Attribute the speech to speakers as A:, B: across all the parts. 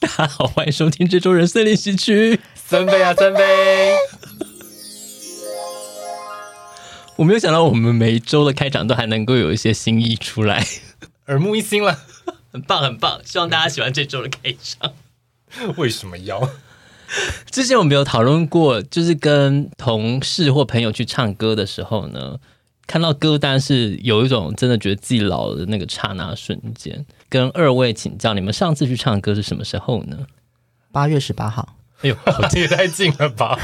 A: 家好，欢迎收听《蜘蛛人森林西区》。
B: 真杯啊， 真杯！
A: 我没有想到我们每一周的开场都还能够有一些新意出来，
B: 耳目一新了。
A: 很棒很棒。希望大家喜欢这周的开场。
B: 为什么 要？
A: 之前我们有讨论过，就是跟同事或朋友去唱歌的时候呢，看到歌单是有一种真的觉得自己老了的那个刹那瞬间。跟二位请教，你们上次去唱歌是什么时候呢？
C: 八月十八号，
A: 哎呦，
B: 也太近了吧！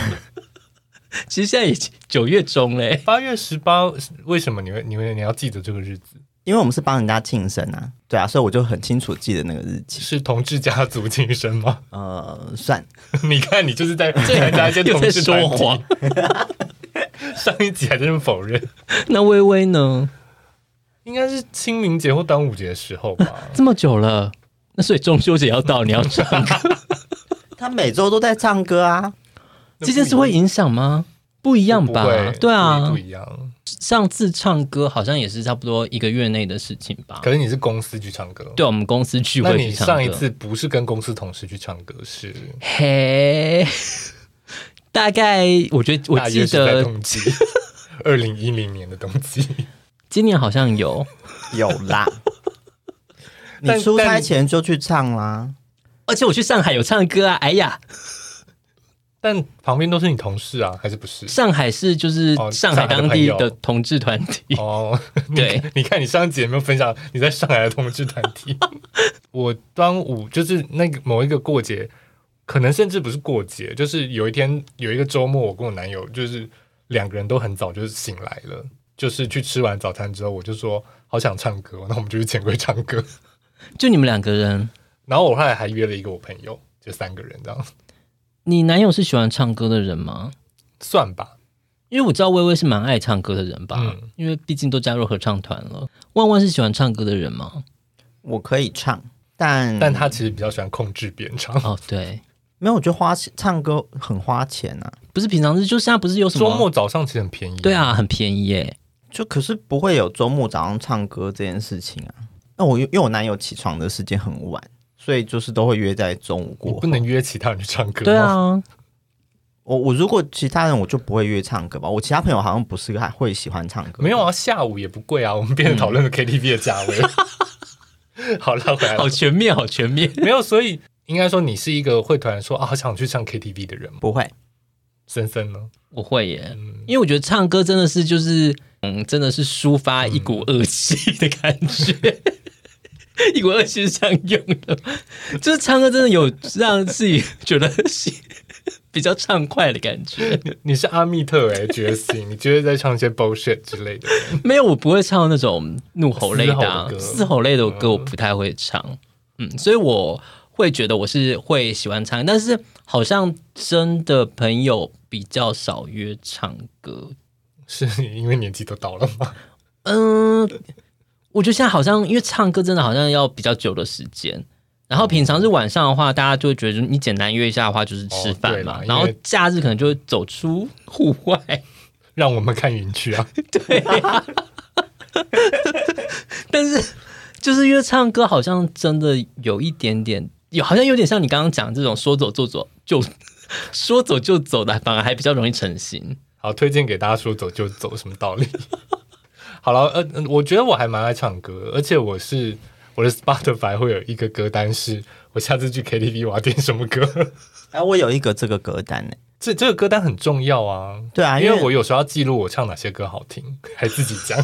A: 其实现在已经九月中欸嘞，
B: 八月十八，为什么你会你会你要记得这个日子？
C: 因为我们是帮人家庆生啊，对啊，所以我就很清楚记得那个日期。
B: 是同志家族庆生吗？
C: 呃，算
B: 你看，你就是在参加一 些
A: 又
B: 同
A: 在
B: 志团
A: 说
B: 体
A: 谎。
B: 上一集还真是否认，
A: 那微微呢？。
B: 应该是清明节或端午节的时候吧
A: 这么久了，那所以中秋节要到，你要唱歌
C: 他每周都在唱歌啊，
A: 这件事会影响吗？不一
B: 一
A: 样吧
B: 不会？
A: 对啊
B: 不，一样。
A: 上次唱歌好像也是差不多一个月内的事情吧
B: 可。是你是公司去唱歌，
A: 对，我们公司聚
B: 那
A: 会
B: 你
A: 去唱
B: 上
A: 歌。
B: 一次不是跟公司同事去唱歌，是
A: 嘿， 大概我觉得我
B: 大
A: 记
B: 约是在
A: 得
B: 冬季，二零一零年的冬季。
A: 今年好像有
C: 有 啦。
B: 但
C: 你出
B: 但
C: 差
B: 你
C: 前就去唱啦、
A: 而且我去上海有唱歌啊！哎呀，
B: 但旁边都是你同事啊，还是不是？
A: 上海是就是
B: 哦
A: 上海当地
B: 上海的朋
A: 的
B: 友
A: 同志团体，
B: 哦，你
A: 对，
B: 你看你上一集有没有分享你在上海的同志团 体？我端午就是那个某一个过节，可能甚至不是过节，就是有一天有一个周末，我跟我男友就是两个人都很早就是醒来了，就是去吃完早餐之后，我就说好想唱歌哦，那我们就去钱柜唱歌。
A: 就你们两个人。
B: 然后我后来还约了一个我朋友，就三个人这样，
A: 你男友是喜欢唱歌的人吗？
B: 算吧。
A: 因为我知道微微是蛮爱唱歌的人吧，
B: 嗯
A: 因为毕竟都加入合唱团了。万万是喜欢唱歌的人吗？
C: 我可以唱，
A: 嗯
C: 但
B: 但他其实比较喜欢控制别人唱。
A: 哦，对，
C: 没有，我觉得花钱唱歌很花钱啊，
A: 不是平常日，就现在不是有什么
B: 周末早上其实很便宜，
A: 对，啊，很便宜耶。
C: 就可是不会有周末早上唱歌这件事情啊。那我因为我男友起床的时间很晚，所以就是都会约在中午
B: 你
C: 过
B: 不。能约其他人去唱歌。
A: 对，啊，
C: 我我如果其他人我就不会约唱歌吧，我其他朋友好像不是还会喜欢唱歌。
B: 没有啊，下午也不贵啊。我们
A: 嗯
B: 变成讨论了 KTV 的价 位。好了，回来了
A: 好。全面，好全面。
B: 没有，所以应该说你是一个会突然说啊，好想去唱 KTV 的人吗？
C: 不会，
B: 森森呢？
A: 我会耶，
B: 嗯，
A: 因为我觉得唱歌真的是就是，嗯，真的是抒发一股恶气的感觉。 一股恶气是这样用的，就是唱歌真的有让自己觉得 心比较畅快的感觉。
B: 你是阿密特哎、觉醒，你绝对在唱一些 bullshit 之类的。
A: 没有，我不会唱那种怒吼类的啊、
B: 嘶吼的歌
A: 嘶吼类的歌，我不太会唱。嗯，所以我会觉得我是会喜欢唱，但是好像真的朋友比较少约唱歌。
B: 是因为年纪都到了吗？
A: 嗯，我觉得现在好像因为唱歌真的好像要比较久的时间。然后平常是晚上的话，大家就会觉得你简单约一下的话就是吃饭嘛，
B: 哦对啦因为
A: 然后假日可能就会走出户外。
B: 让我们看云去啊！
A: 但是 就是因为唱歌好像真的有一点点，有好像有点像你刚刚讲这种说走就走就 说走就走的，反而还比较容易成型。
B: 好，推荐给大家说走就走，什么道理？ 好了，呃，嗯我觉得我还蛮爱唱歌，而且我是我的 Spotify 会有一个歌单是，我下次去 KTV 我要点什么歌。
C: 哎、我有一个这个歌单欸呢、
B: 这这个歌单很重要啊，
C: 对啊，
B: 因
C: 因
B: 为我有时候要记录我唱哪些歌好听，还自己 讲。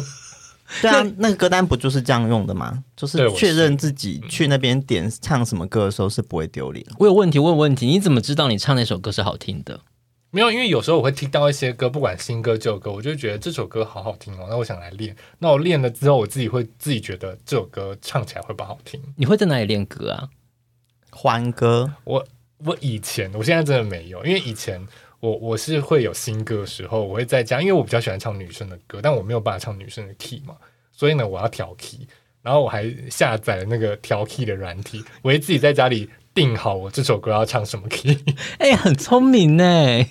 C: 对啊，那个歌单不就是这样用的吗？就是
B: 对我是嗯
C: 确认自己去那边点唱什么歌的时候是不会丢脸。
A: 我有问题，我有问题，你怎么知道你唱那首歌是好听的？
B: 没有，因为有时候我会听到一些歌，不管新歌旧歌，我就觉得这首歌好好听哦，那我想来练。那我练了之后，我自己会自己觉得这首歌唱起来会不好听。
A: 你会在哪里练歌啊？
C: 欢 歌，
B: 我我以前，我现在真的没有，因为以前我我是会有新歌的时候，我会在家，因为我比较喜欢唱女生的歌，但我没有办法唱女生的 key 嘛，所以呢，我要调 key，然后我还下载了那个调 key 的软体，我会自己在家里定好我这首歌要唱什么 key，
A: 哎、很聪明呢。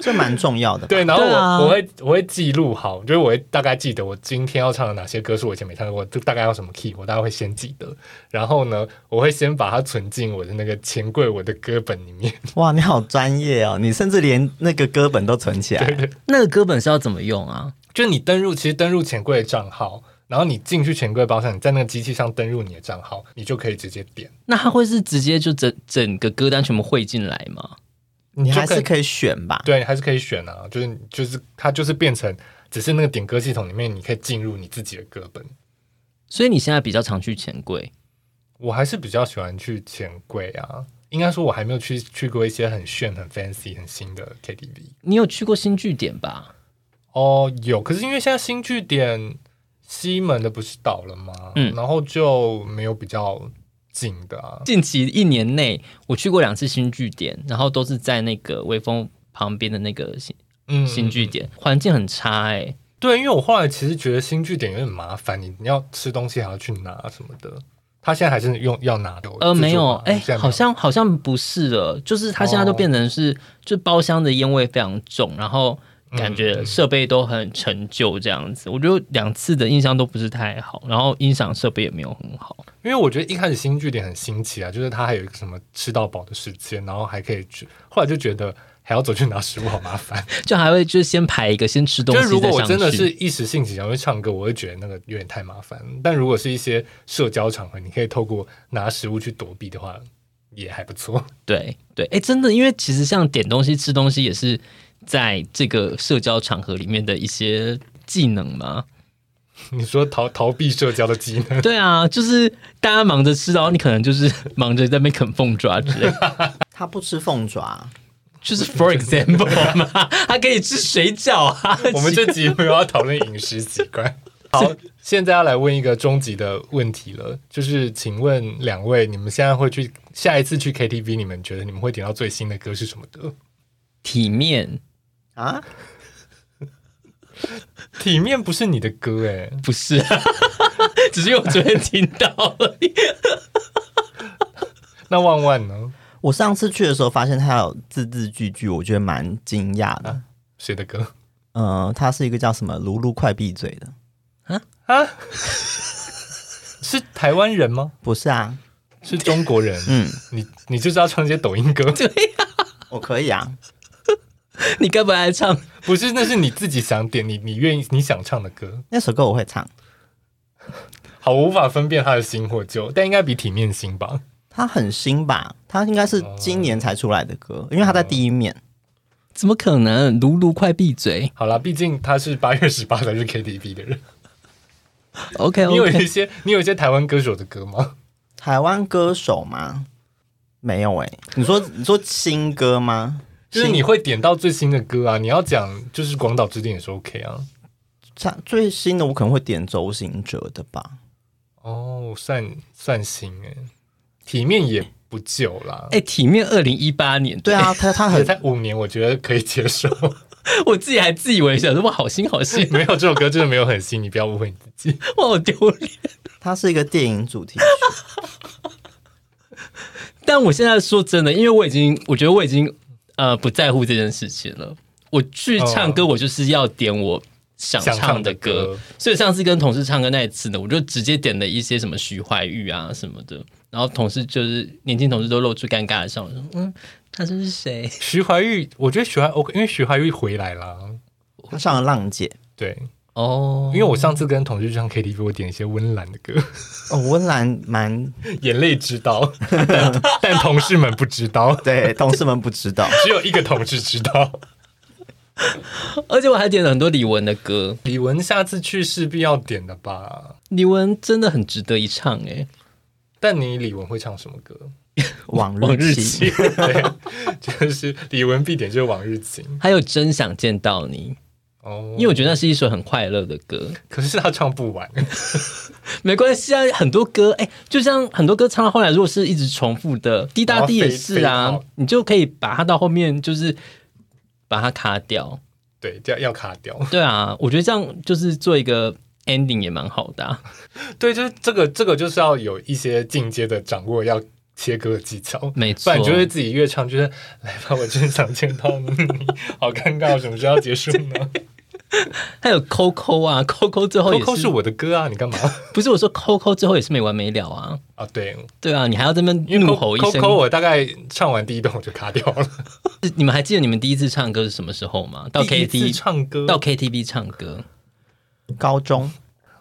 C: 这蛮重要的 吧。
B: 对，然后我、
A: 对啊
B: 我会我会记录好，就是我会大概记得我今天要唱的哪些歌是我以前没唱过，就大概要什么 key，我大概会先记得。然后呢，我会先把它存进我的那个钱柜我的歌本里面。
C: 哇，你好专业哦！你甚至连那个歌本都存起来。
A: 那个歌本是要怎么用啊？
B: 就你登入，其实登入钱柜的账号，然后你进去钱柜包厢，你在那个机器上登入你的账号，你就可以直接点。
A: 那它会是直接就整整个歌单全部汇进来吗？
B: 你
C: 你
B: 就
C: 还
B: 可以
C: 是可以选吧？
B: 对，你还是可以选啊，就是就是它就是变成只是那个点歌系统里面，你可以进入你自己的歌本。
A: 所以你现在比较常去钱柜，
B: 我还是比较喜欢去钱柜啊，应该说我还没有去去过一些很炫、很 fancy、很新的 KTV。
A: 你有去过新据点吧？
B: 哦，有，可是因为现在新据点西门的不是倒了吗？
A: 嗯
B: 然后就没有比较近的啊。
A: 近期一年内，我去过两次新据点，然后都是在那个微风旁边的那个新
B: 嗯，
A: 新据
B: 嗯
A: 点，环境很差哎、
B: 对，因为我后来其实觉得新据点有点麻烦，你你要吃东西还要去拿什么的。他现在还是用要拿的，
A: 呃，
B: 自助
A: 没有
B: 吧，
A: 哎、
B: 现在没有
A: 好像好像不是了，就是它现在都变成
B: 哦
A: 是，就包厢的烟味非常重，然后感觉设备都很陈旧这样子。我觉得两次的印象都不是太好，然后音响设备也没有很好。
B: 因为我觉得一开始新据点很新奇啊，就是它还有一个什么吃到饱的时间，然后还可以去，后来就觉得还要走去拿食物好麻 烦。
A: 就还会就是先排一个先吃东
B: 就
A: 西
B: 是如果我
A: 再
B: 真
A: 上
B: 的是
A: 去。
B: 一时兴起想要去唱歌，我会觉得那个有点太麻烦。但如果是一些社交场合，你可以透过拿食物去躲避的话，也还不错。
A: 对对，哎、真的，因为其实像点东西、吃东西也是在这个社交场合里面的一些技能 嘛。
B: 你说逃逃避社交的技能，
A: 对啊，就是大家忙着吃，然后你可能就是 忙着在那边啃凤爪之类的。
C: 他不吃凤爪，啊
A: 就是 for example 嘛，他可以吃水饺啊。
B: 我们这集没有要讨论饮食习惯。 好，现在要来问一个终极的问题了，就是请问两位，你们现在会去下一次去 KTV，你们觉得你们会点到最新的歌是什么歌？
A: 体面
C: 啊？
B: 体面不是你的歌哎、
A: 不是，只是因为我昨天听到了。
B: 那万万呢？
C: 我上次去的时候发现他有字字句句，我觉得蛮惊讶
B: 啊
C: 的。
B: 谁的歌
C: 呃，他是一个叫什么“卢卢快闭嘴”的，
B: 啊？是台湾人吗？
C: 不是啊？
B: 是中国人？
C: 嗯，
B: 你你就是要唱一些抖音歌，
C: 我可以啊。
A: 你该不该唱？
B: 不是？那是你自己想点，你你愿意你想唱的歌。
C: 那首歌我会唱，
B: 好，我无法分辨他的新或旧，但应该比体面新吧？
C: 它很新吧？它应该是
A: 哦
C: 今年才出来的歌，因为它在第一面。
A: 怎么可能？卢卢，快闭嘴
B: 好啦，毕竟他是八月十八才是 KTV 的人。
A: ！OK
B: 你有一
A: OK，
B: 些你有一些台湾歌手的歌吗？
C: 台湾歌手吗？没有哎、你说你说新歌吗？
B: 就是你
C: 新
B: 会点到最新的歌啊？你要讲就是广岛之恋也是 OK 啊。
C: 像最新的我可能会点周兴哲的吧。
B: 哦，算算新哎、体面也不旧啦。
A: 哎、体面二零一八年，
C: 对， 啊，他他
B: 也
C: 很
B: 才五年，我觉得可以接受。
A: 我自己还自以为想说哇，好新好新，
B: 没有这首歌真的没有很新，你不要误会你自己。
A: 哇，好丢脸。
C: 他是一个电影主题曲，
A: 但我现在说真的，因为我已经，我觉得我已经呃不在乎这件事情了。我去唱歌，我就是要点我想
B: 哦想
A: 唱
B: 唱
A: 的
B: 的
A: 歌。
B: 歌
A: 所以上次跟同事唱歌那一次呢，我就直接点了一些什么徐怀钰啊什么的，然后同事就是年轻同事都露出尴尬的笑容，说：“嗯，他这是谁
B: 徐怀钰，我觉得徐怀 OK，因为徐怀钰回来啦。
C: 他上了《浪姐
B: 对，？”
A: 哦，
B: 因为我上次跟同事去唱 KTV，我点一些温岚的歌，》
C: 哦，温岚蛮
B: 眼泪知道，但但同事们不知道，
C: 对，同事们不知道。
B: 只有一个同事知道。
A: 而且我还点了很多李玟的歌，
B: 李玟下次去势必要点的吧？
A: 李玟真的很值得一唱欸诶、
B: 但你李玟会唱什么 歌？
C: 往
A: 往
C: 日
A: 日
C: 期，
A: 情，
B: 对，就是李玟必点就是《往日情》
A: 还有真想见到你，
B: 哦，
A: 因为我觉得那是一首很快乐的歌。
B: 可是他唱不 完，
A: 没关系啊，很多歌哎、就像很多歌唱到后来，如果是一直重复的，滴答滴也是
B: 然后
A: 啊
B: 飞飞跑，
A: 你就可以把它到后面就是把它卡掉。
B: 对，要要卡掉。
A: 对啊，我觉得这样就是做一个 ending 也蛮好的啊、
B: 对，就是这个这个就是要有一些进阶的掌握，要切割的技巧。
A: 没
B: 不
A: 错
B: 然，就会自己越唱，就是来吧，我真想见到你，好尴尬，什么时候要结束 呢
A: 还有 Coco 啊，Coco 最后也是
B: ？Coco 是我的歌啊，你 干嘛
A: 不是我说 Coco 最后也是没完没了啊？
B: 啊？对，
A: 对啊，你还要这边
B: 因为
A: 怒吼一
B: Co-
A: 声
B: Coco，我大概唱完第一段我就卡掉了。
A: 是你们还记得你们第一次唱歌是什么时候吗？到
B: 第一次
A: KTV
B: 唱歌，
A: 到 KTV 唱歌，
C: 高中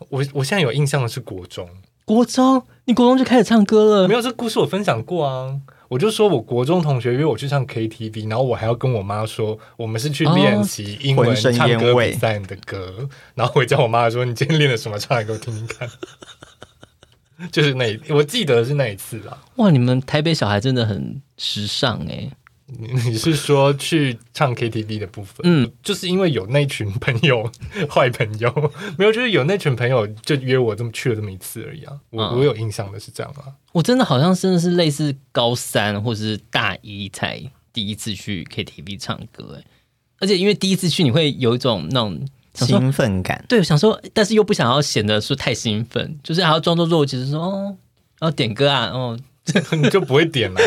B: 我我现在有印象的是国中，
A: 国中你国中就开始唱歌
B: 没
A: 了，
B: 有这故事我分享过啊。我就说我国中同学约我去唱 KTV，然后我还要跟我妈说我们是去练习英文
C: 哦浑身
B: 唱歌
C: 烟味
B: 比赛的歌，然后我叫我妈说你今天练了什么，唱来给我听听看。 就是那一，我记得是那一次啦。
A: 哇！你们台北小孩真的很时尚哎、
B: 你你是说去唱 KTV 的部分？
A: 嗯，
B: 就是因为有那群朋友， 坏朋友，没有，就是有那群朋友就约我这么去了这么一次而已啊。我、
A: 嗯
B: 我有印象的是这样啊。
A: 我真的好像真的是类似高三或者是大一才第一次去 KTV 唱歌哎、而且因为第一次去你会有一种那种想说
C: 兴奋感，
A: 对，想说，但是又不想要显得说太兴奋，就是还要装作若无其事说哦，然后点歌啊，哦，
B: 你就不会点了、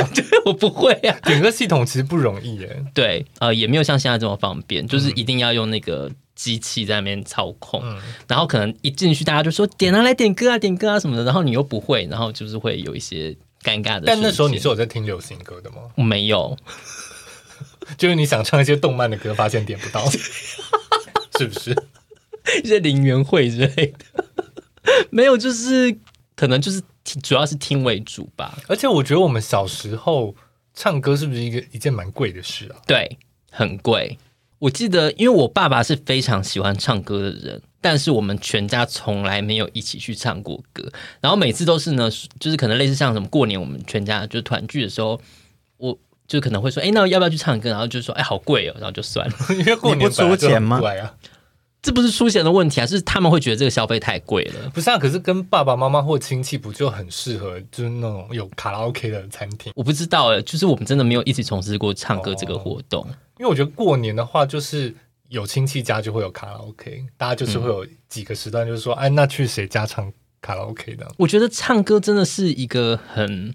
A: 我不会啊，
B: 点歌系统其实不容易耶。
A: 对，呃，也没有像现在这么方便，就是一定要用那个机器在那边操控，
B: 嗯
A: 然后可能一进去大家就说点啊来点歌啊点歌啊什么的，然后你又不会，然后就是会有一些尴尬的。
B: 但那时候你是。有在听流行歌的吗？
A: 我没有，
B: 就是你想唱一些动漫的歌，发现点不到，是不是？
A: 一些林园会之类的， 没有，就是可能就是听主要是听为主吧。
B: 而且我觉得我们小时候唱歌是不是一个一件蛮贵的事啊？
A: 对，很贵。我记得，因为我爸爸是非常喜欢唱歌的人，但是我们全家从来没有一起去唱过歌。然后每次都是呢，就是可能类似像什么过年我们全家就团聚的时候，我就可能会说：“哎、那要不要去唱歌？”然后就说：“哎、好贵哦。”然后就算了。
B: 因为过
C: 你
B: 年
C: 不
B: 本来
C: 出
B: 就很
C: 钱吗
B: 贵啊，
A: 这不是出钱的问题啊，是他们会觉得这个消费太贵了。
B: 不是啊？可是跟爸爸妈妈或亲戚不就很适合，就是那种有卡拉 OK 的餐厅？
A: 我不知道哎，就是我们真的没有一起从事过唱歌这个活动。
B: 因为我觉得过年的话，就是有亲戚家就会有卡拉 OK，大家就是会有几个时段，就是说，哎，那去谁家唱卡拉 OK 的？
A: 我觉得唱歌真的是一个很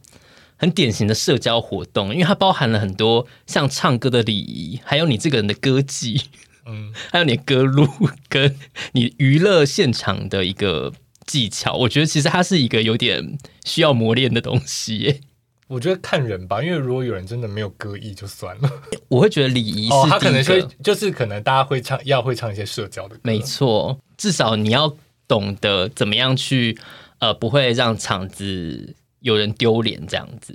A: 很典型的社交活动，因为它包含了很多像唱歌的礼仪，还有你这个人的歌技，
B: 嗯，
A: 还有你的歌路，跟你娱乐现场的一个技巧。我觉得其实它是一个有点需要磨练的东西耶。
B: 我觉得看人吧，因为如果有人真的没有歌艺就算了，
A: 我会觉得礼仪是第一个，
B: 哦，他可能会就是可能大家会唱，要会唱一些社交的歌，
A: 没错，至少你要懂得怎么样去，呃，不会让场子有人丢脸这样子。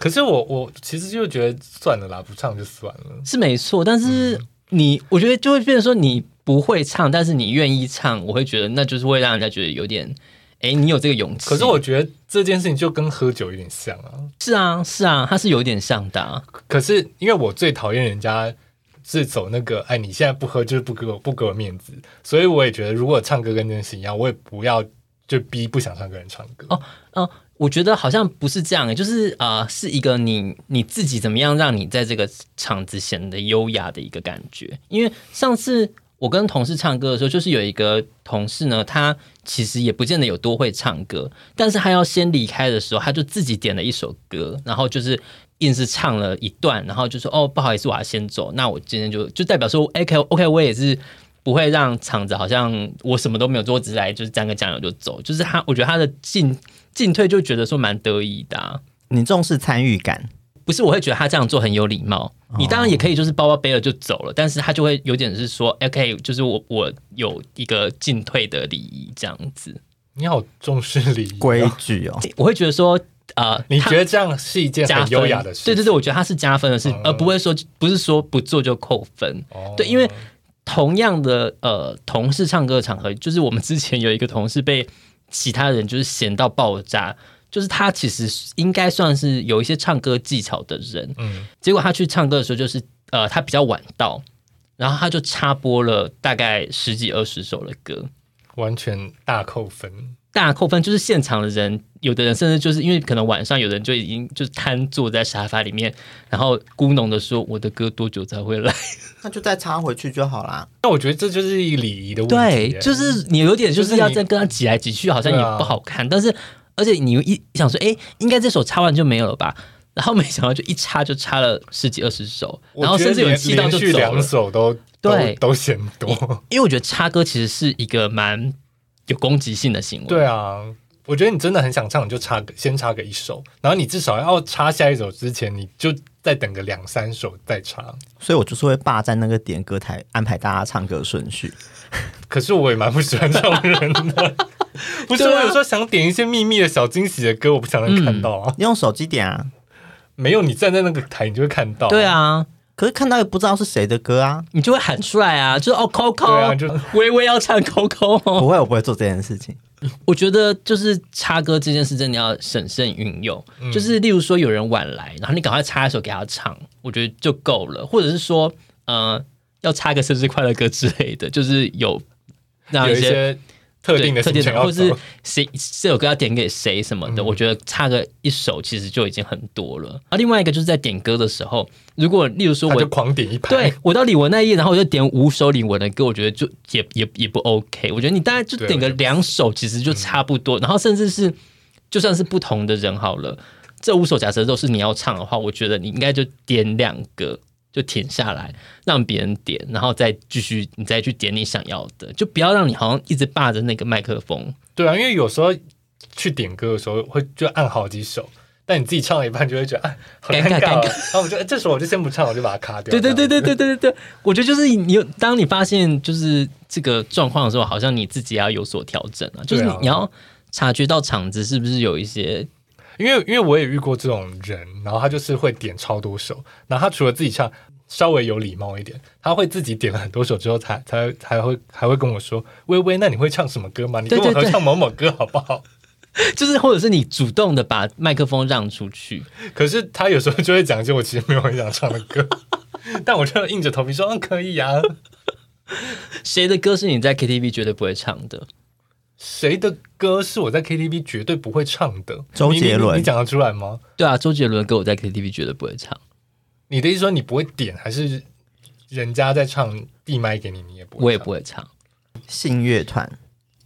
B: 可是我我其实就觉得算了啦，不唱就算了。
A: 是没错，但是
B: 嗯
A: 你，我觉得就会变成说你不会唱，但是你愿意唱，我会觉得那就是会让人家觉得有点，哎，你有这个勇气。
B: 可是我觉得这件事情就跟喝酒有点像啊。
A: 是啊，是啊，它是有点像的啊、
B: 可是因为我最讨厌人家是走那个，哎，你现在不喝就是不给我不给我面子，所以我也觉得如果唱歌跟这件事一样，我也不要就逼不想唱歌人唱歌。
A: 哦嗯、我觉得好像不是这样，就是呃，是一个你你自己怎么样让你在这个场子显得优雅的一个感觉。因为上次我跟同事唱歌的时候，就是有一个同事呢，他其实也不见得有多会唱歌，但是他要先离开的时候，他就自己点了一首歌，然后就是。硬是唱了一段，然后就说：“哦，不好意思，我要先走。那我今天就就代表说，OK 哎 OK，我也是不会让场子好像我什么都没有做，我只是来就是沾个酱油就走。就是他，我觉得他的进进退就觉得说蛮得意的、啊。
C: 你重视参与感，
A: 不是，我会觉得他这样做很有礼貌。
B: 哦
A: 你当然也可以就是包包背了就走了，但是他就会有点是说，OK，就是我我有一个进退的礼仪这样子。
B: 你好重视礼仪
C: 规
B: 啊，
C: 矩 哦，
A: 我会觉得说，呃，
B: 你
A: 他
B: 觉得这样是一件
A: 加
B: 很
A: 分
B: 优雅的事？
A: 对对对，我觉得他是加分的事，
B: 嗯
A: 而不会说不是说不做就扣分。
B: 哦
A: 对因为同样的呃，同事唱歌的场合，就是我们之前有一个同事被其他人就是嫌到爆炸，就是他其实应该算是有一些唱歌技巧的人，
B: 嗯，
A: 结果他去唱歌的时候，就是呃，他比较晚到，然后他就插播了大概十几二十首的歌。
B: 完全大扣分。
A: 大扣分就是现场的人，有的人甚至就是因为可能晚上有的人就已经就是瘫坐在沙发里面，然后咕哝的说我的歌多久才会来？
C: 那就再插回去就好啦。
B: 那我觉得这就是一礼仪的问题耶。
A: 对，就是你有点就是
B: 就是
A: 要
B: 你
A: 再跟他挤来挤去，好像也
B: 对啊
A: 不好看。但是而且你一想说，哎、应该这首插完就没有了吧？然后没想到就一插就插了十几二十首，然后
B: 我觉
A: 甚
B: 得
A: 至有人
B: 连
A: 气到就
B: 连续
A: 走
B: 两
A: 了。
B: 首都
A: 对
B: 都都嫌多。
A: 因为我觉得插歌其实是一个蛮有攻击性的行为。
B: 对啊，我觉得你真的很想唱，你就插个先插个一首，然后你至少要插下一首之前，你就再等个两三首再插。
C: 所以我就是会霸占那个点歌台，安排大家唱歌顺序。
B: 可是我也蛮不喜欢这种人 的，不是
A: 对啊
B: 我有时候想点一些秘密的小惊喜的歌，我不想让你看到啊。
A: 嗯
C: 你用手机点啊，
B: 没有你站在那个台，你就会看到。
A: 对，啊，
C: 可是看到也不知道是谁的歌啊。
A: 你就会喊出来啊，就是哦
B: 对啊，
A: ，Coco，、
B: 就
A: 微微要唱 Coco 哦。
C: 不会，我不会做这件事情。
A: 我觉得就是插歌这件事真的要审慎运用，
B: 嗯
A: 就是例如说有人晚来，然后你赶快插一首给他唱，我觉得就够了，或者是说，呃，要插个生日快乐歌之类的， 就是有让
B: 有一些特定的
A: 特
B: 心
A: 定
B: 情
A: 的，
B: 要嗯
A: 或
B: 走
A: 是。谁这首歌要点给谁什么的，我觉得插个一首其实就已经很多了。然后另外一个就是在点歌的时候，如果例如说
B: 他
A: 我
B: 就狂点一排，
A: 对我到李玟那一页，然后我就点五首李玟的歌，我觉得就也也也不 OK。我觉得你大概就
B: 对
A: 点
B: 我
A: 个
B: 觉得
A: 两首，其实就差不多。然后甚至是就算是不同的人好了，这五首假设都是你要唱的话，我觉得你应该就点两个。就停下来，让别人点，然后再继续，你再去点你想要的，就不要让你好像一直霸着那个麦克风。
B: 对啊，因为有时候去点歌的时候会就按好几首，但你自己唱了一半就会觉得哎，好
A: 尴尬
B: 尴尬哦。
A: 尴尬
B: 然后我就哎这首我就先不唱，我就把它卡掉。
A: 对对对
B: 这样
A: 对对对对对，我觉得就是你有，当你发现就是这个状况的时候，好像你自己也要有所调整啊，就是你、
B: 对啊
A: 你要察觉到场子是不是有一些
B: 子，因为因为我也遇过这种人，然后他就是会点超多首，然后他除了自己唱稍微有礼貌一点，他会自己点了很多首之后才才才会还会跟我说，微微，那你会唱什么歌吗？你跟我
A: 对对
B: 合
A: 对
B: 唱某某歌好不好？
A: 就是或者是你主动的把麦克风让出去，
B: 可是他有时候就会讲一些我其实没有很想唱的歌， 但我就硬着头皮说嗯可以啊。
A: 谁的歌是你在 KTV 绝对不会唱的？
B: 谁的歌是我在 KTV 绝对不会唱的？
C: 周杰伦
B: 你你你讲得出来吗？
A: 对啊，周杰伦的歌我在 KTV 绝对不会唱，
B: 你的意思说你不会点，还是人家在唱递麦给你，你也不会唱？
A: 我也不会唱，
C: 信乐团，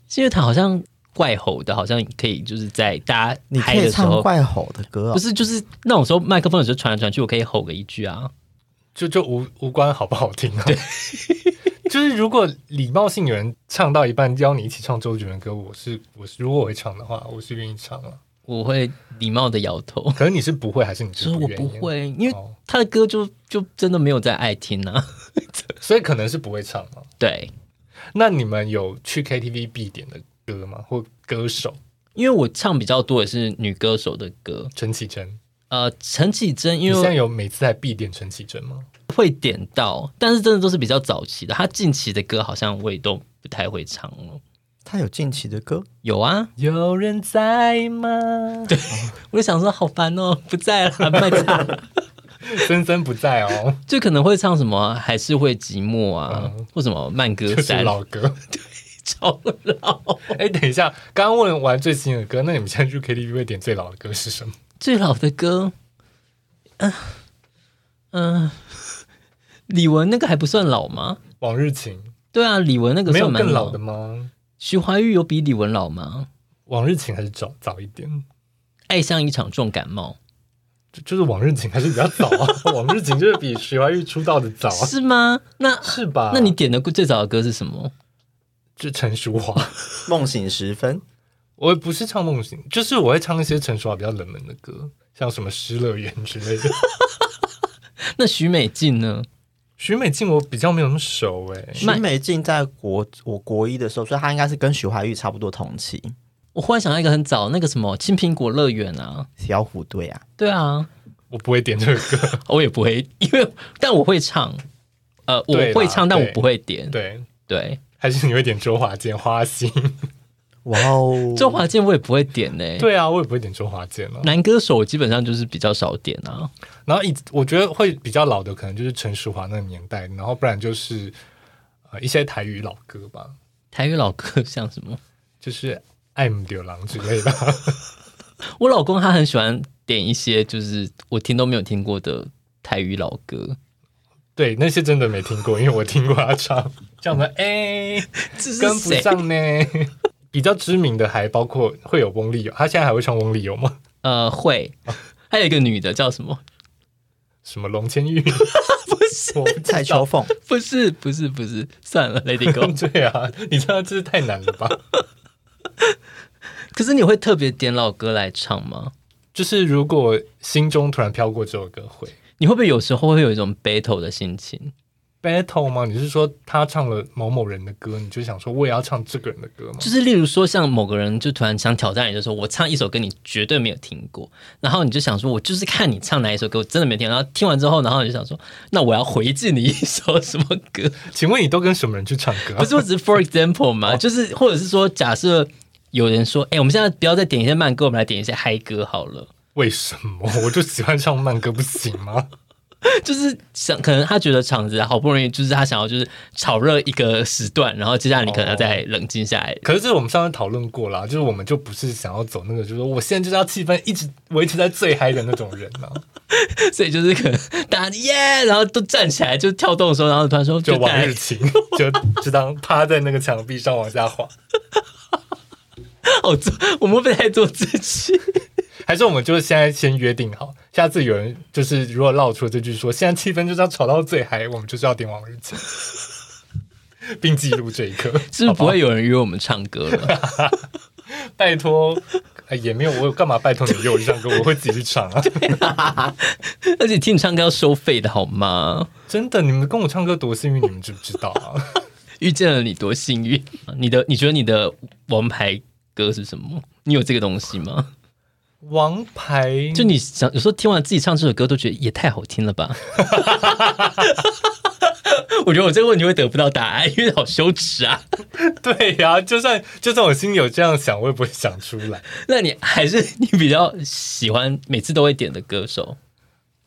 A: 是因为他好像怪吼的，好像可以就是在大
C: 你
A: 家
C: 可
A: 嗨
C: 以
A: 的时
C: 唱
A: 候，
C: 怪吼的歌、
A: 不
C: 哦，
A: 是就是那种时候麦克风有时候传来传去，我可以吼个一句啊。
B: 就就无无关好不好听啊。 就是如果礼貌性有人唱到一半邀你一起唱周杰伦歌，我是我是如果我会唱的话，我是愿意唱啊。
A: 我会礼貌的摇头，
B: 可是你是不会，还是你
A: 就是是我
B: 愿
A: 不
B: 意？
A: 会，因为
B: 哦，
A: 他的歌就就真的没有在爱听啊。
B: 所以可能是不会唱嘛。
A: 对，
B: 那你们有去 KTV 必点的歌吗？或歌手
A: 因为我唱比较多也是女歌手的歌，
B: 陈绮贞？
A: 呃，陈绮贞
B: 你
A: 因
B: 现在
A: 为
B: 有每次在必点陈绮贞吗？
A: 会点到，但是真的都是比较早期的，她近期的歌好像我也都不太会唱了。
C: 他有近期的歌，
A: 有啊，
B: 有人在吗？对，
A: 我就想说好烦哦，不在 了，卖唱，
B: 森森不在哦，
A: 就可能会唱什么啊还是会寂寞啊，
B: 嗯
A: 或什么慢歌
B: 就是
A: 三，
B: 老 歌。
A: 超老，
B: 哎、等一下，刚刚问完最新的歌，那你们现在去 KTV 会点最老的歌是什么？
A: 最老的歌，嗯、嗯、李玟那个还不算老吗？
B: 往日情
A: 对啊，李玟那个
B: 没有
A: 算蛮
B: 更老
A: 的
B: 的吗？
A: 徐怀钰有比李玟老吗？
B: 往日情还是早早一点，
A: 爱像一场重感冒，
B: 就就是往日情还是比较早 啊。往日情就是比徐怀钰出道的早啊，
A: 是吗？那
B: 是吧？
A: 那你点的最早的歌是什么？
B: 就陈淑桦，
C: 梦醒时分，
B: 我不是唱梦醒，就是我会唱一些陈淑桦比较冷门的歌，像什么《失乐园》之类 的。
A: 那徐美静呢？
B: 徐美静我比较没有那么熟哎、
C: 许
A: 麦
C: 美静在国我国一的时候，所以她应该是跟许怀玉差不多同期，
A: 我忽然想到一个很早那个什么《青苹果乐园》啊，
C: 小虎队啊。
A: 对 啊，
B: 我不会点这个 歌。
A: 我也不会，因为但我会唱，呃，我
B: 对啦
A: 会唱，但
B: 对
A: 我不会点。
B: 对，
A: 对，
B: 还是你会点周华健《花心》？
C: 哇 哦，
A: 周华健我也不会点呢、，
B: 对啊，我也不会点周华健啊。
A: 男歌手我基本上就是比较少点啊。
B: 然后一直我觉得会比较老的，可能就是陈淑桦那个年代，然后不然就是呃一些台语老歌吧，
A: 台语老歌像什么？
B: 就是《爱慕流郎》之 类的。
A: 我老公他很喜欢点一些就是我听都没有听过的台语老歌，
B: 对，那些真的没听过，因为我听过他唱，叫什么哎、
A: 嗯这是
B: 跟不
A: 谁？
B: 上呢。 比较知名的还包括会有翁丽友，他现在还会唱翁丽友吗？
A: 呃， 会，还有一个女的叫什么？
B: 什么龙千 玉？
A: 不是，
B: 我
C: 蔡秋凤，
B: 哦
A: 不是，不是，不是，算了，Lady Go。
B: 对啊，你这样真是太难了吧？
A: 可是你会特别点老歌来唱吗？
B: 就是如果心中突然飘过这首歌，会
A: 你会不会有时候会有一种 battle 的心情？
B: battle 吗？你是说他唱了某某人的歌，你就想说我也要唱这个人的歌吗？
A: 就是例如说，像某个人就突然想挑战你，就说我唱一首歌你绝对没有听过，然后你就想说，我就是看你唱哪一首歌，我真的没听过。然后听完之后，然后你就想说，那我要回敬你一首什么 歌？
B: 请问你都跟什么人去唱歌、啊？
A: 不是，我只是 for example 嘛，就是或者是说，假设有人说，哎、我们现在不要再点一些慢歌，我们来点一些嗨歌好了。
B: 为什么？ 我就喜欢唱慢歌，不行吗？
A: 就是想，可能他觉得场子好不容易，就是他想要就是炒热一个时段，然后接下来你可能要再冷静下 来。
B: 可是这我们上次讨论过啦，就是我们就不是想要走那个，就是说我现在就是要气氛一直维持在最嗨的那种人啊，
A: 所以就是可能大家耶，然后都站起来就跳动的时候，然后突然说
B: 就
A: 大
B: 往
A: 家
B: 日 情，就就当趴在那个墙壁上往下滑，
A: 好做，我们会不会太做自己？
B: 还是我们就现在先约定好，下次有人就是如果闹出了这句说现在气氛就是要炒到最嗨，我们就是要点往日情， 并记录这一刻，
A: 是不是不会有人约我们唱歌了？
B: 拜托。哎也没有，我有干嘛拜托你约我去唱歌？我会自己去唱啊！
A: 而且听你唱歌要收费的好吗？
B: 真的，你们跟我唱歌多幸运，你们知不知道 啊？
A: 遇见了你多幸运！你的你觉得你的王牌歌是什么？你有这个东西吗？
B: 王牌
A: 就你想有时候听完自己唱这首歌，都觉得也太好听了 吧？我觉得我这个问题会得不到答案，因为好羞耻 啊！
B: 对呀、就算就算我心里有这样想，我也不会想出来。
A: 那你还是你比较喜欢每次都会点的歌手？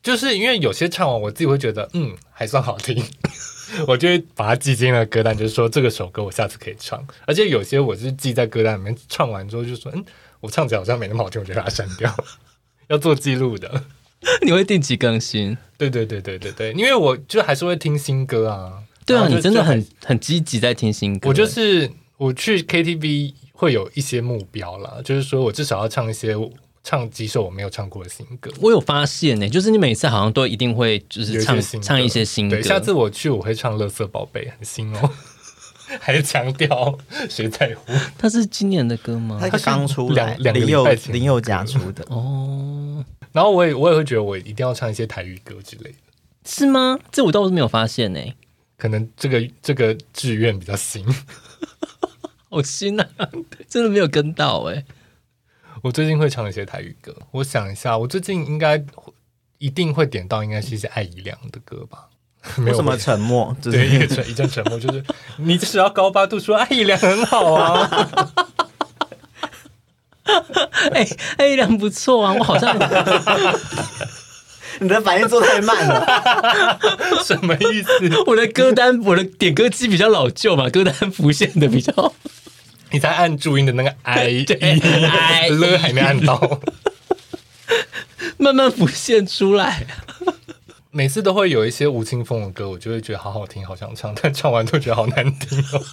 B: 就是因为有些唱完，我自己会觉得，嗯，还算好听， 我就会把它记进了歌单，就是说这个首歌我下次可以唱。而且有些我是记在歌单里面，唱完之后就说，嗯，我唱起来好像没那么好听，我就把它删掉， 要做记录的。
A: 你会定期更新？
B: 对对对对对对，因为我就还是会听新歌啊。
A: 对啊，
B: 然后就
A: 你真的
B: 就还
A: 很很积极在听新歌。
B: 我就是我去 KTV 会有一些目标啦，就是说我至少要唱一些唱几首我没有唱过的新歌，
A: 我有发现呢、就是你每次好像都一定会就
B: 有
A: 是
B: 一
A: 唱
B: 些新歌
A: 唱一些新歌
B: 对，。下次我去我会唱《乐色宝贝》，很新哦， 还强调谁在乎？
A: 它是今年的歌吗
C: 他？刚出来，
B: 两两个
C: 林
B: 礼
C: 宥
B: 拜前
C: 林宥嘉出的，
A: 哦，
B: 然后我也我也会觉得我一定要唱一些台语歌之类的，
A: 是吗？这我倒是没有发现呢、
B: 可能这个这个志愿比较新。
A: 好新啊， 真的没有跟到哎、
B: 我最近会唱一些台语歌，我想一下，我最近应该一定会点到，应该是一些艾怡良的歌吧。 没
C: 为
B: 有
C: 什么
B: 问
C: 沉默？就
B: 对，
C: 是
B: 一阵一阵沉默，就是你只要高八度说哎，良很好啊，
A: 哎哎，力量不错啊，我好像
C: 你的反应做太慢了，
B: 什么意思？
A: 我的歌单，我的点歌机比较老旧嘛，歌单浮现的比较。
B: 你才按注音的那个 i
A: 哎
B: 了还没按到，
A: 慢慢浮现出来。
B: 每次都会有一些吴青峰的歌，我就会觉得好好听，好想唱， 但唱完都觉得好难听哦。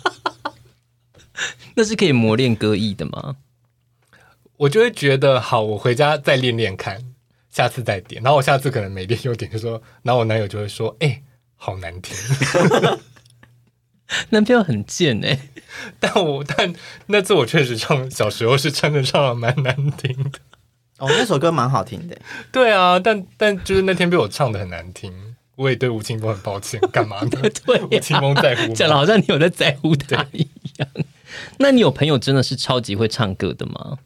A: 那是可以磨练歌艺的吗？
B: 我就会觉得好，我回家再练练看，下次再点。然后我下次可能没练又点，就说，然后我男友就会说，哎、好难听。
A: 男朋友很贱哎、
B: 但我但那次我确实唱，小时候是真的唱的蛮难听的。
C: 哦，那首歌蛮好听的，
B: 对啊，但但就是那天被我唱的很难听，我也对吴青峰很抱歉。干嘛呢？
A: 对啊
B: 吴青峰在乎
A: 讲的
B: 吗？
A: 好像你有在在乎他一样。 那你有朋友真的是超级会唱歌的吗？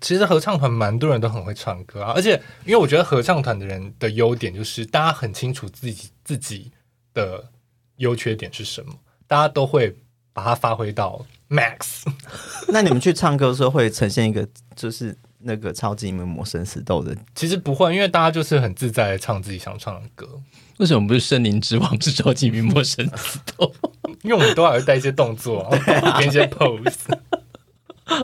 B: 其实合唱团蛮多人都很会唱歌啊，而且因为我觉得合唱团的人的优点就是大家很清楚自己自己的优缺点是什么，大家都会把它发挥到 max。
C: 那你们去唱歌的时候会呈现一个就是那个超级名模生死斗的，
B: 其实不会，因为大家就是很自在地唱自己想唱的歌，
A: 为什么不是森林之王，是超级名模神 子斗
B: 因为我们都还会带一些动作、啊，跟一些 pose。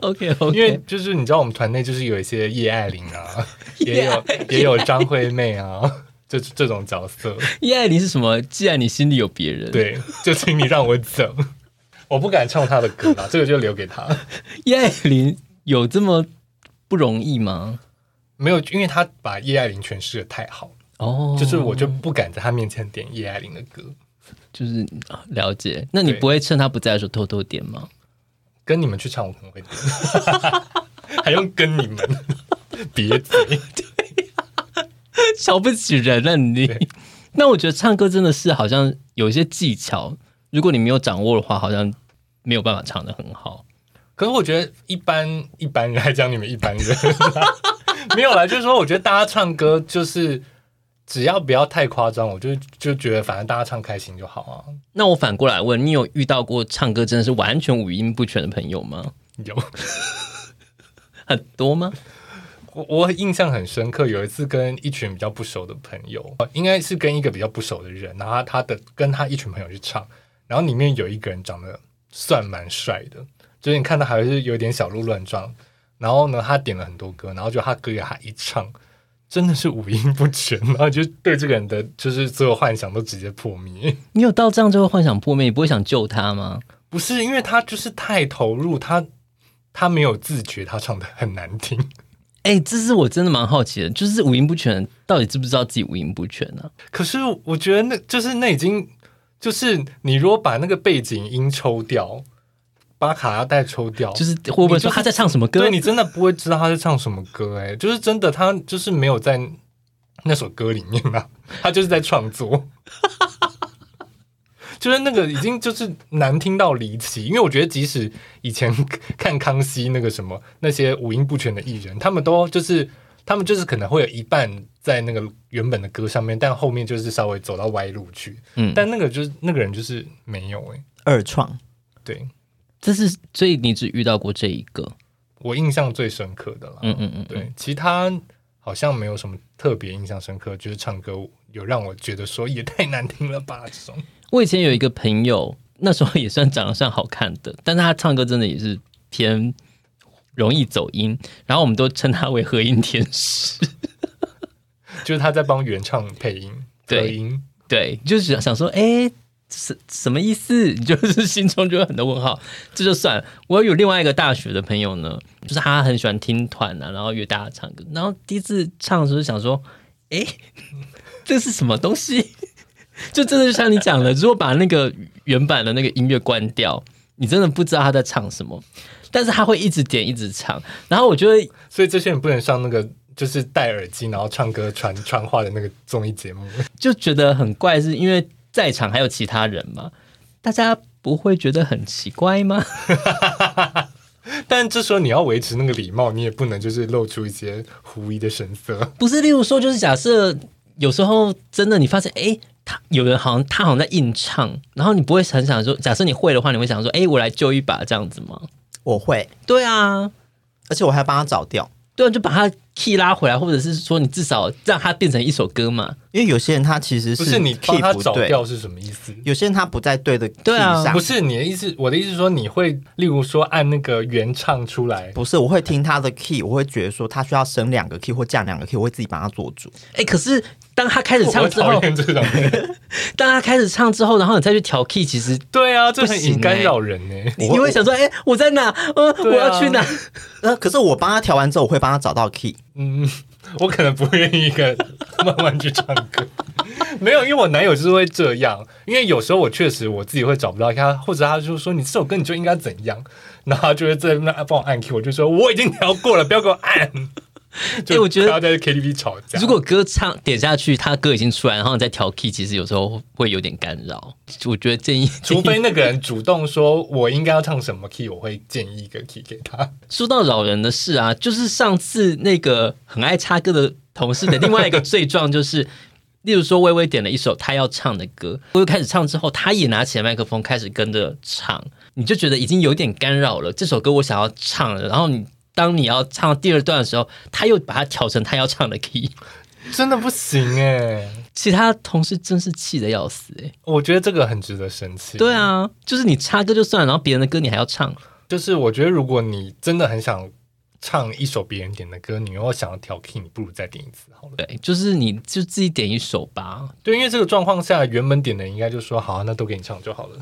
A: ？OK OK，
B: 因为就是你知道我们团内就是有一些叶爱玲啊，也有也有张惠妹啊，这这种角色，
A: 叶爱玲是什么？既然你心里有别人，，
B: 对，就请你让我走。 我不敢唱他的歌啦，这个就留给他。
A: 叶爱玲有这么不容易吗？
B: 没有，因为他把叶爱玲诠释的太好，
A: 哦，
B: 就是我就不敢在他面前点叶爱玲的歌。
A: 就是啊了解。那你
B: 对
A: 不会趁他不在的时候偷偷点吗？
B: 跟你们去唱，我可能会点， 还用跟你们？别提，
A: 瞧不起人了你
B: 对。
A: 那我觉得唱歌真的是好像有一些技巧，如果你没有掌握的话，好像没有办法唱的很好。
B: 可是我觉得一般一般人来讲，你们一般人 没有啦，就是说，我觉得大家唱歌就是只要不要太夸张，我就就觉得反正大家唱开心就好啊。
A: 那我反过来问，你有遇到过唱歌真的是完全五音不全的朋友吗？
B: 有
A: 很多吗？
B: 我我印象很深刻，有一次跟一群比较不熟的朋友，呃应该是跟一个比较不熟的人，然后他他的跟他一群朋友去唱，然后里面有一个人长得算蛮帅的，就是你看他还是有点小鹿乱撞，然后呢，他点了很多歌，然后就他歌给他一唱，真的是五音不全，然后就对这个人的就是所有幻想都直接破灭。
A: 你有到这样就会幻想破灭，你不会想救他吗？
B: 不是因为他就是太投入，他他没有自觉，他唱的很难听。
A: 哎、这是我真的蛮好奇的，就是五音不全，到底知不知道自己五音不全啊呢、
B: 可是我觉得那就是那已经就是你如果把那个背景音抽掉，把卡拉带抽掉，
A: 就是会不会说他在唱什么歌？
B: 对你真的不会知道他在唱什么歌、欸，哎，就是真的他就是没有在那首歌里面啊，他就是在创作。 就是那个已经就是难听到离奇，因为我觉得即使以前看康熙那个什么那些五音不全的艺人，他们都就是他们就是可能会有一半在那个原本的歌上面，但后面就是稍微走到歪路去。
A: 嗯
B: 但那个就是那个人就是没有哎、
C: 二创
B: 对
A: 这是所以你只遇到过这一个，
B: 我印象最深刻的啦，
A: 嗯嗯嗯，
B: 对，其他好像没有什么特别印象深刻，就是唱歌有让我觉得说也太难听了吧这种。
A: 我以前有一个朋友，那时候也算长得算好看的，但是他唱歌真的也是偏容易走音，然后我们都称他为和音天使。
B: 就是他在帮原唱配音、
A: 对
B: 合音，
A: 对，就是想想说，哎，什什么意思？就是心中就有很多问号。这就算了。我有另外一个大学的朋友呢，就是他很喜欢听团啊，然后约大家唱歌。然后第一次唱的时候就想说，哎， 这是什么东西？ 就真的就像你讲的，如果把那个原版的那个音乐关掉，你真的不知道他在唱什么。但是他会一直点，一直唱。然后我就会
B: 所以这些人不能上那个就是戴耳机然后唱歌传传话的那个综艺节目。
A: 就觉得很怪，是因为在场还有其他人嘛，大家不会觉得很奇怪吗？
B: 但这时候你要维持那个礼貌，你也不能就是露出一些狐疑的神色。
A: 不是，例如说，就是假设有时候真的你发现，哎，他有人好像他好像在硬唱，然后你不会很想说，假设你会的话，你会想说，哎，我来救一把这样子吗？
C: 我会，
A: 对啊，
C: 而且我还帮他找调，
A: 对啊，就把他 key 拉回来，或者是说你至少让它变成一首歌嘛。
C: 因为有些人他其实
B: 不是你帮
C: key
B: 他
C: 不
B: 找
C: 对，
B: 调是什么意思？
C: 有些人他不在对的 key
A: 对啊
C: 上
B: 不，是你的意思，我的意思是说你会，例如说按那个原唱出来，
C: 不是，我会听他的 key，我会觉得说他需要升两个 key 或降两个 key，我会自己帮他做主。
B: 嗯
A: 哎，可是当他开始
B: 我
A: 唱
B: 会
A: 之
B: 讨
A: 后，
B: 厌这种人。
A: 当他开始唱之后，然后你再去调 key，其实
B: 对啊，这
A: 不
B: 很
A: 行
B: 引干
A: 欸
B: 扰人呢、
A: 你你会想说，哎，我在哪？嗯，我
B: 对啊
A: 要去哪？
C: 呃，可是我帮他调完之后，我会帮他找到 key。
B: 嗯， 我可能不愿意跟 慢慢去唱歌， 没有，因为我男友就是会这样，因为有时候我确实我自己会找不到他，或者他就说你这首歌你就应该怎样，然后他就会在那帮我按 Q，我就说我已经调过了，不要给我按。 就
A: 欸我觉得
B: 他要在 KTV 吵架。
A: 如果歌唱点下去，他歌已经出来，然后你再调 key，其实有时候会有点干扰。我觉得建议
B: 除非那个人主动说我应该要唱什么 key，我会建议一个 key 给他。
A: 说到扰人的事啊，就是上次那个很爱插歌的同事的另外一个罪状，就是，例如说微微点了一首他要唱的歌，微微开始唱之后，他也拿起了麦克风开始跟着唱，你就觉得已经有点干扰了。这首歌我想要唱了，然后你当你要唱第二段的时候，他又把它调成他要唱的 key，
B: 真的不行哎、
A: 其他同事真是气得要死哎、
B: 我觉得这个很值得生气。
A: 对啊，就是你插歌就算了，然后别人的歌你还要唱，
B: 就是我觉得，如果你真的很想唱一首别人点的歌，你又想要调 key，你不如再点一次好了。
A: 对，就是你就自己点一首吧，
B: 对，因为这个状况下，原本点的人应该就说好啊、那都给你唱就好了。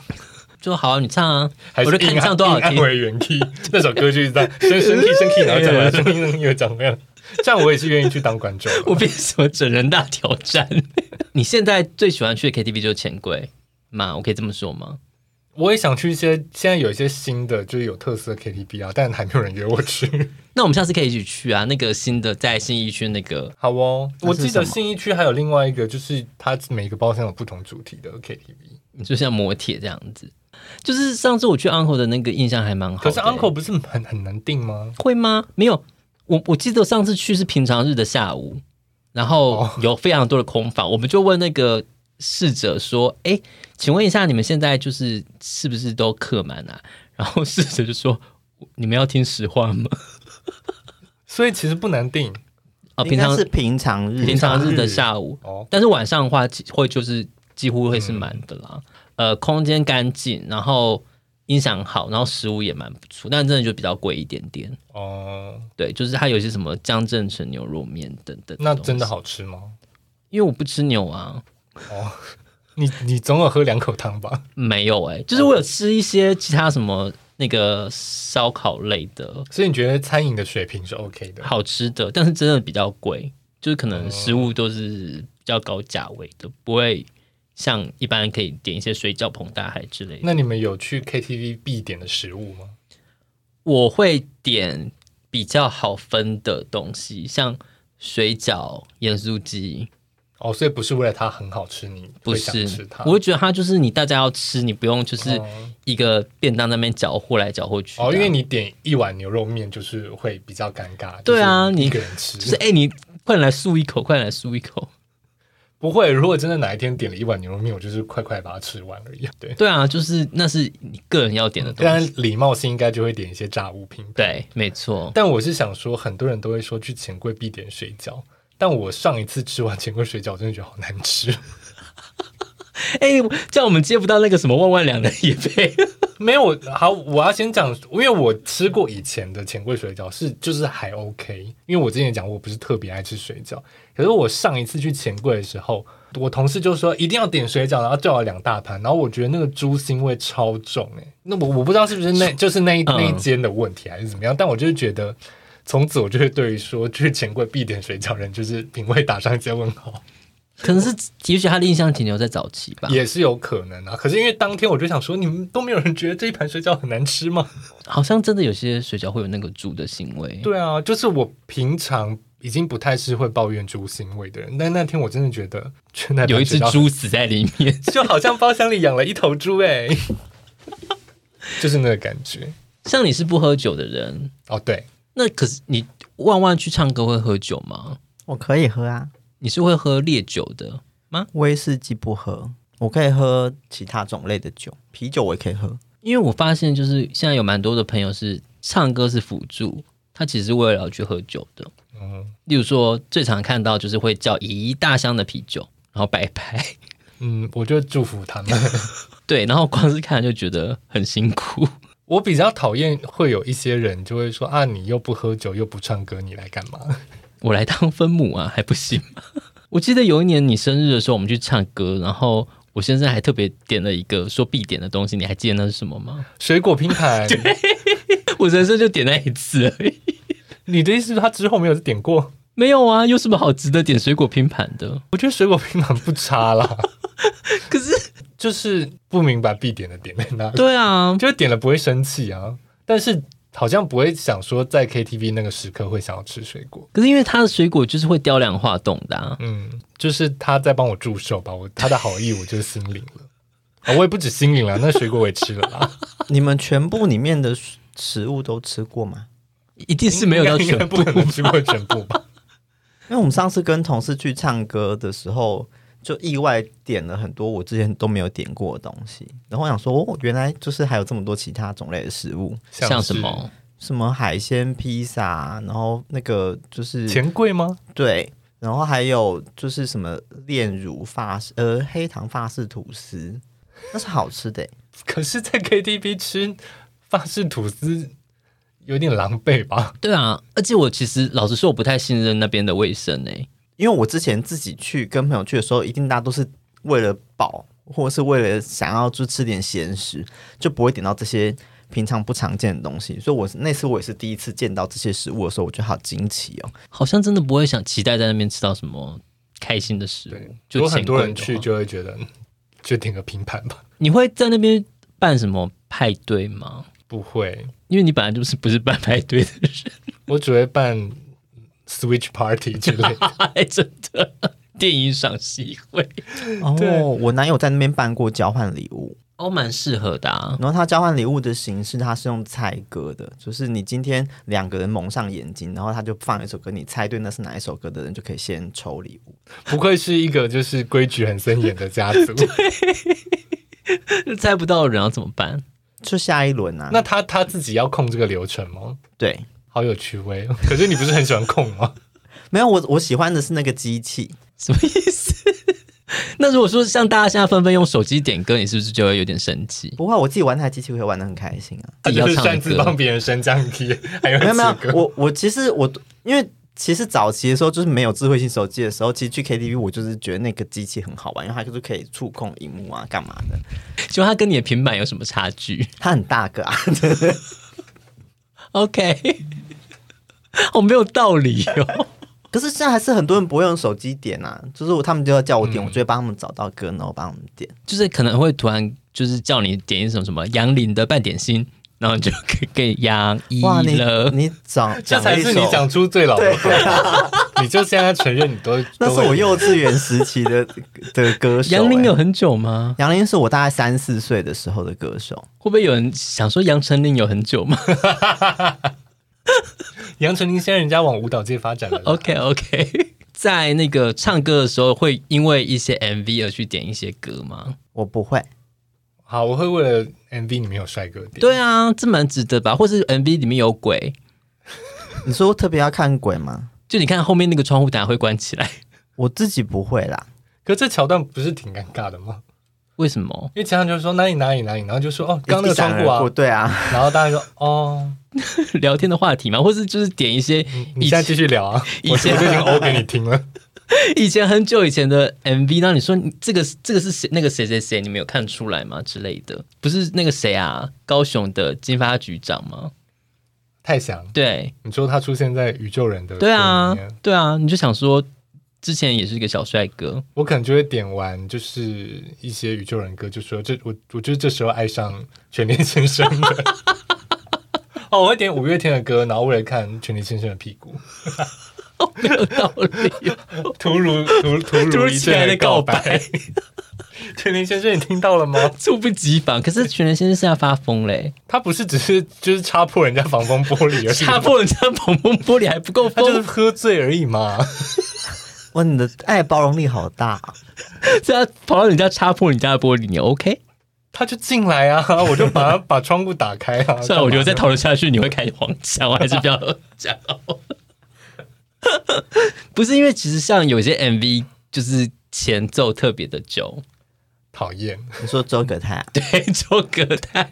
A: 就好啊，你唱啊，
B: 还是
A: 我就看
B: 硬
A: 你唱多少
B: 硬按
A: 题
B: 回原 key，那 首歌就是这样升升 key 升 key，然后讲完升 key 升 key 又讲回来，这样我也是愿意去当观众。啊
A: 我变什么整人大挑战？ 你现在最喜欢去的 KTV 就是钱柜吗？我可以这么说吗？
B: 我也想去一些现在有一些新的，就是有特色的 KTV 啊，但还没有人约我去。
A: 那我们下次可以一起去啊，那个新的在信义区那个，
B: 好哦，
C: 那
B: 我
C: 是
B: 记得
C: 什么
B: 信义区还有另外一个，就是它每个包厢有不同主题的 KTV。
A: 就像磨铁这样子。就是上次我去 Uncle 的那个印象还蛮好
B: 可
A: 的、欸
B: 是 Uncle 不是很很难定吗？
A: 会吗？没有，我我记得上次去是平常日的下午，然后有非常多的空房，我们就问那个侍者说：“哎，请问一下，你们现在就是是不是都客满啊？” 然后侍者就说：“你们要听实话吗
B: 所以其实不难定？”
A: 啊，
C: 应
A: 平
C: 该
A: 常
C: 是平常日，
A: 平常日的下午，
B: 哦。
A: 但是晚上的话几会就是几乎会是满的啦。呃，空间干净，然后音响好，然后食物也蛮不错，但真的就比较贵一点点。
B: 哦、
A: 对，就是它有一些什么江正成牛肉面等等。
B: 那真的，好吃吗？
A: 因为我不吃牛啊，
B: 你你总有喝两口汤吧？
A: 没有哎、就是我有吃一些其他什么那个烧烤类的
B: 所以你觉得餐饮的水平是 OK 的？
A: 好吃的，但是真的比较贵，就是可
B: 哦
A: 能食物都是比较高价位的，不会像一般可以点一些水饺、膨大海之类的。
B: 那你们有去 KTV 必点的食物吗？
A: 我会点比较好分的东西，像水饺、盐酥鸡，
B: 哦，所以不是为了它很好吃，你
A: 不
B: 会想
A: 是
B: 吃它。
A: 我会觉得它就是你大家要吃，你不用就是
B: 哦
A: 一个便当在那边搅和来搅和去的啊。
B: 哦，因为你点一碗牛肉面就是会比较尴尬。
A: 对啊
B: 就是
A: 你
B: 一个人吃，
A: 就是哎、你快点来漱一口，快点来漱一口。
B: 不会。如果真的哪一天点了一碗牛肉面，我就是快快把它吃完而已。对，
A: 对啊，就是那是你个人要点的东
B: 当然
A: 西。
B: 礼貌性应该就会点一些炸物品。，
A: 对，没错。
B: 但我是想说，很多人都会说去钱柜必点水饺，但我上一次吃完钱柜水饺，真的觉得好难吃。
A: 哎、这样我们接不到那个什么万万两的也配。
B: 没有好，我要先讲，因为我吃过以前的钱柜水饺是就是还 OK，因为我之前也讲过我不是特别爱吃水饺，可是我上一次去钱柜的时候，我同事就说一定要点水饺，然后叫了两大盘，然后我觉得那个猪腥味超重哎、那我我不知道是不是 那就是那一
A: 嗯
B: 那一间的问题还是怎么样，但我就是觉得从此我就会对于说去钱柜必点水饺人就是品味打上一些问号。
A: 可能是，也许他的印象停留在早期吧。
B: 也是有可能啊。可是因为当天我就想说，你们都没有人觉得这一盘水饺很难吃吗？
A: 好像真的有些水饺会有那个猪的腥味。
B: 对啊，就是我平常已经不太是会抱怨猪腥味的人，但那天我真的觉得，真的
A: 有一只，猪死在里面。
B: 就好像包厢里养了一头猪哎、 就是那个感觉。
A: 像你是不喝酒的人，
B: 哦，对，
A: 那可是你万万去唱歌会喝酒吗？
C: 我可以喝啊，
A: 你是会喝烈酒的，
C: 威士忌不喝，我可以喝其他种类的酒，啤酒我也可以喝。
A: 因为我发现就是现在有蛮多的朋友是唱歌是辅助，他其实是为了要去喝酒的。
B: 嗯
A: 例如说，最常看到就是会叫一大箱的啤酒，然后拜拜。
B: 嗯，我就祝福 他们。
A: 对，然后光是看就觉得很辛苦。
B: 我比较讨厌会有一些人就会说啊，你又不喝酒又不唱歌，你来干嘛？
A: 我来当分母啊，还不行吗？我记得有一年你生日的时候，我们去唱歌，然后我先生还特别点了一个说必点的东西，你还记得那是什么吗？
B: 水果拼 盘，
A: 我人生就点那一次而已。
B: 你的意思是他之后没有点过？
A: 没有啊，有什么好值得点水果拼盘的？
B: 我觉得水果拼盘不差啦，
A: 可是，
B: 就是不明白必点的点在哪里。
A: 对啊，
B: 就是点了不会生气啊，但是好像不会想说在 KTV 那个时刻会想要吃水果。
A: 可是因为它的水果就是会雕梁画栋的、啊，
B: 嗯，就是他在帮我祝寿吧，我他的好意我就心领了。啊，我也不止心领了，那水果我也吃了啦。
C: 你们全部里面的食物都吃过吗？
A: 一定 是没有到
B: 应
A: 全
B: 该
A: 部
B: 不可能吃过全部吧？
C: 因为我们上次跟同事去唱歌的时候，就意外点了很多我之前都没有点过的东西，然后我想说，哦，原来就是还有这么多其他种类的食物，
A: 像
B: 是
A: 什么？
C: 什么海鲜披萨，然后那个 就是
B: 钱柜吗？
C: 对，然后还有就是什么炼乳法式呃黑糖法式吐司，那是好吃的欸。
B: 可是，在 KTV 吃法式吐司有点狼狈吧？
A: 对啊，而且我其实老实说，我不太信任那边的卫生诶、欸
C: 因为我之前自己去跟朋友去的时候，一定大家都是为了饱或是为了想要就吃点咸食，就不会点到这些平常不常见的东西。所以我是那次我也是第一次见到这些食物的时候，我觉得好惊奇哦。
A: 好像真的不会想期待在那边吃到什么开心的食
B: 对
A: 物，，
B: 如
A: 就
B: 果很
A: 钱
B: 多
A: 贵
B: 人
A: 的
B: 去
A: 话
B: 就会觉得嗯就点个平盘吧，
A: 你会在那边办什么派对吗？
B: 不会，
A: 因为你本来就是不是办派对的人，
B: 我只会办 Switch Party 之类的。
A: 哎，真的电影赏析会
B: 对
C: 哦，我男友在那边办过交换礼物，
A: 哦，蛮适合的、啊。
C: 然后他交换礼物的形式，他是用猜歌的，就是你今天两个人蒙上眼睛，然后他就放一首歌，你猜对那是哪一首歌的人就可以先抽礼物。
B: 不愧是一个就是规矩很森严的家族。
A: 猜不到的人要怎么办？
C: 就下一轮啊，
B: 那他他自己要控这个流程吗？
C: 对，
B: 好有趣味哦！可是你不是很喜欢控吗？
C: 没有我我喜欢的是那个机器，
A: 什么意思？那如果说像大家现在纷纷用手机点歌，你是不是就会有点生气？
C: 不过我自己玩台机器会玩的很开心 啊。
A: 自己
B: 就
A: 要
B: 是
A: 唱
B: 擅自帮
A: 歌，
B: 别人升降梯，还有
C: 没有
B: 人
C: 没
B: 唱歌。
C: 有，我我其实我因为其实早期的时候就是没有智慧型手机的时候，其实去 KTV 我就是觉得那个机器很好玩，因为它就是可以触控荧幕啊，干嘛的，
A: 就它跟你的平板有什么差距
C: 它很大个啊。
A: ？OK，好没有道理哦。
C: 可是现在还是很多人不会用手机点啊，就是我他们就要叫我点，我就会帮他们找到歌，然后帮他们点。
A: 就是可能会突然就是叫你点一首什么杨林的半点心，然后你就可以给杨一
C: 哇，你
A: 了。
C: 你讲
B: 嗯 这
C: 讲
B: 才
C: 了一
B: 是你
C: 首，
B: 讲出最老
C: 对
B: 的， 你就现在承认你都
C: 那是
B: 都
C: 我
B: 会
C: 幼稚园时期的的歌手、
A: 杨林
C: 欸
A: 有很久吗？
C: 杨林是我大概三四岁的时候的歌手，
A: 会不会有人想说杨丞琳有很久 吗
B: 杨丞琳现在人家往舞蹈界发展了啦。
A: ？OK OK，在 那个唱歌的时候会因为一些 MV 而去点一些歌吗？
C: 我不会。
B: 好，我会为了 MV 里面有帅哥点。
A: 对啊，这蛮值得吧？或是 MV 里面有鬼，
C: 你说特别要看鬼吗？
A: 就你看后面那个窗户打开会关起来，
C: 我自己不会啦。
B: 可这桥段不是挺尴尬的吗？
A: 为什么？
B: 因为家长就说哪里哪里哪里，然后就说哦，刚刚那个
C: 一闪
B: 窗户
C: 而
B: 啊
C: 过，对啊，
B: 然后大家就哦，
A: 聊天的话题嘛，或是就是点一些
B: 你
A: 以
B: 现在
A: 前
B: 继续聊啊，
A: 以
B: 我我就
A: 前
B: 已经欧给你听了。
A: 以前很久以前的 MV，那你说你这个这个是谁？那个谁谁谁，你们有看出来吗？之类的，不是那个谁啊？高雄的金发局长吗？
B: 太想，
A: 对
B: 你说他出现在宇宙人的
A: 对
B: 歌
A: 啊
B: 里面，
A: 对啊，你就想说之前也是一个小帅哥，
B: 我可能就会点完就是一些宇宙人歌，就说这我我就是这时候爱上全联先生 的。哦，我会点五月天的歌，然后为了看全联先生的屁 股，
A: 没有道理。
B: 突如突突
A: 突
B: 如
A: 如
B: 一
A: 其来
B: 阵
A: 的告
B: 告白。 全联先生，你听到了吗？
A: 猝不及防，可是全人先生现在发疯嘞，
B: 他不是只是就是插破人家防风玻璃而已，
A: 插，破人家砰砰玻璃还不够
B: 他就是
A: 疯，
B: 喝醉而已嘛。
C: 哇，你的爱包容力好大、啊。
A: 这样跑到人家插破人家的玻璃，你 OK？
B: 他就进来啊，我就把他把窗户打开啊。
A: 算了，我觉得再
B: 在
A: 讨论下去你会开黄腔，哦我还是不要讲好。不是因为其实像有些 MV 就是前奏特别的久，
B: 讨厌，
C: 你说周葛泰、啊，
A: 对，周葛泰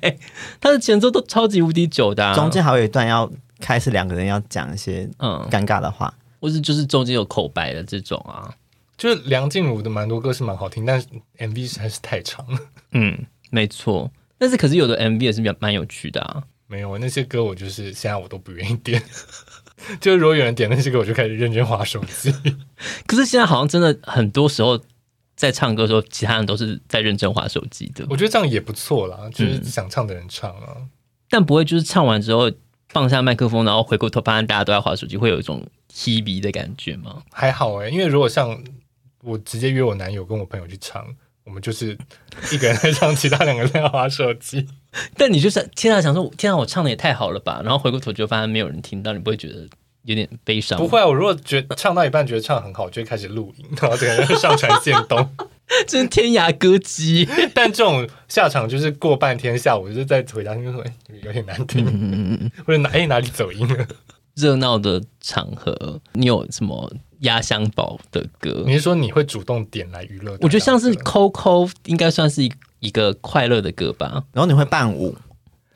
A: 他的前奏都超级无敌久的、啊，
C: 中间还有一段要开始两个人要讲一些
A: 嗯，
C: 尴尬的话，
A: 或是就是中间有口白的这种啊，
B: 就是梁静茹的蛮多歌是蛮好听，但是 MV 实在是太长了。
A: 嗯，没错。但是可是有的 MV 也是比较蛮有趣的啊，
B: 没有那些歌，我就是现在我都不愿意点。 就是如果有人点那些歌，我就开始认真划手机。
A: 可是现在好像真的很多时候在唱歌的时候，其他人都是在认真划手机的，
B: 我觉得这样也不错啦，就是想唱的人唱啊。
A: 但不会就是唱完之后放下麦克风，然后回过头发现大家都在划手机，会有一种 hebe 的感觉吗？
B: 还好哎、因为如果像我直接约我男友跟我朋友去唱，我们就是一个人在唱，其他两个人在划手机。
A: 但你就是天啊，想说天啊，我唱的也太好了吧，然后回过头就发现没有人听到，你不会觉得有点悲伤？
B: 不，会啊，我如果觉得唱到一半觉得唱得很好，我就会开始录音，然后整个人就上传现动。
A: 真是天涯歌姬。
B: 但这种下场就是过半天下午就在回答听说，哎、有点难
A: 嗯
B: 听，或者哪哎、哪里走音 了。
A: 热闹的场合，你有什么压箱宝的歌
B: 你？是说你会主动点来娱乐大家？
A: 我觉得像是 Coco 应该算是一一个快乐的歌吧。
C: 然后你会伴舞，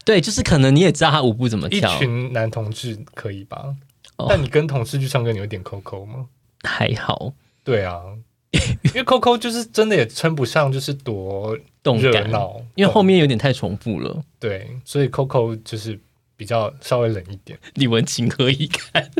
A: 对，就是可能你也知道他舞步怎么
B: 一
A: 跳，
B: 群男同志可以吧？
A: 哦
B: 但你跟同事去唱歌，你会点 Coco 吗？
A: 还好。
B: 对啊，因为 Coco 就是真的也称不上就是多
A: 动
B: 热
A: 感，
B: 闹，
A: 因为后面有点太重复了，
B: 对，所以 Coco 就是比较稍微冷一点。
A: 李玟情何以堪？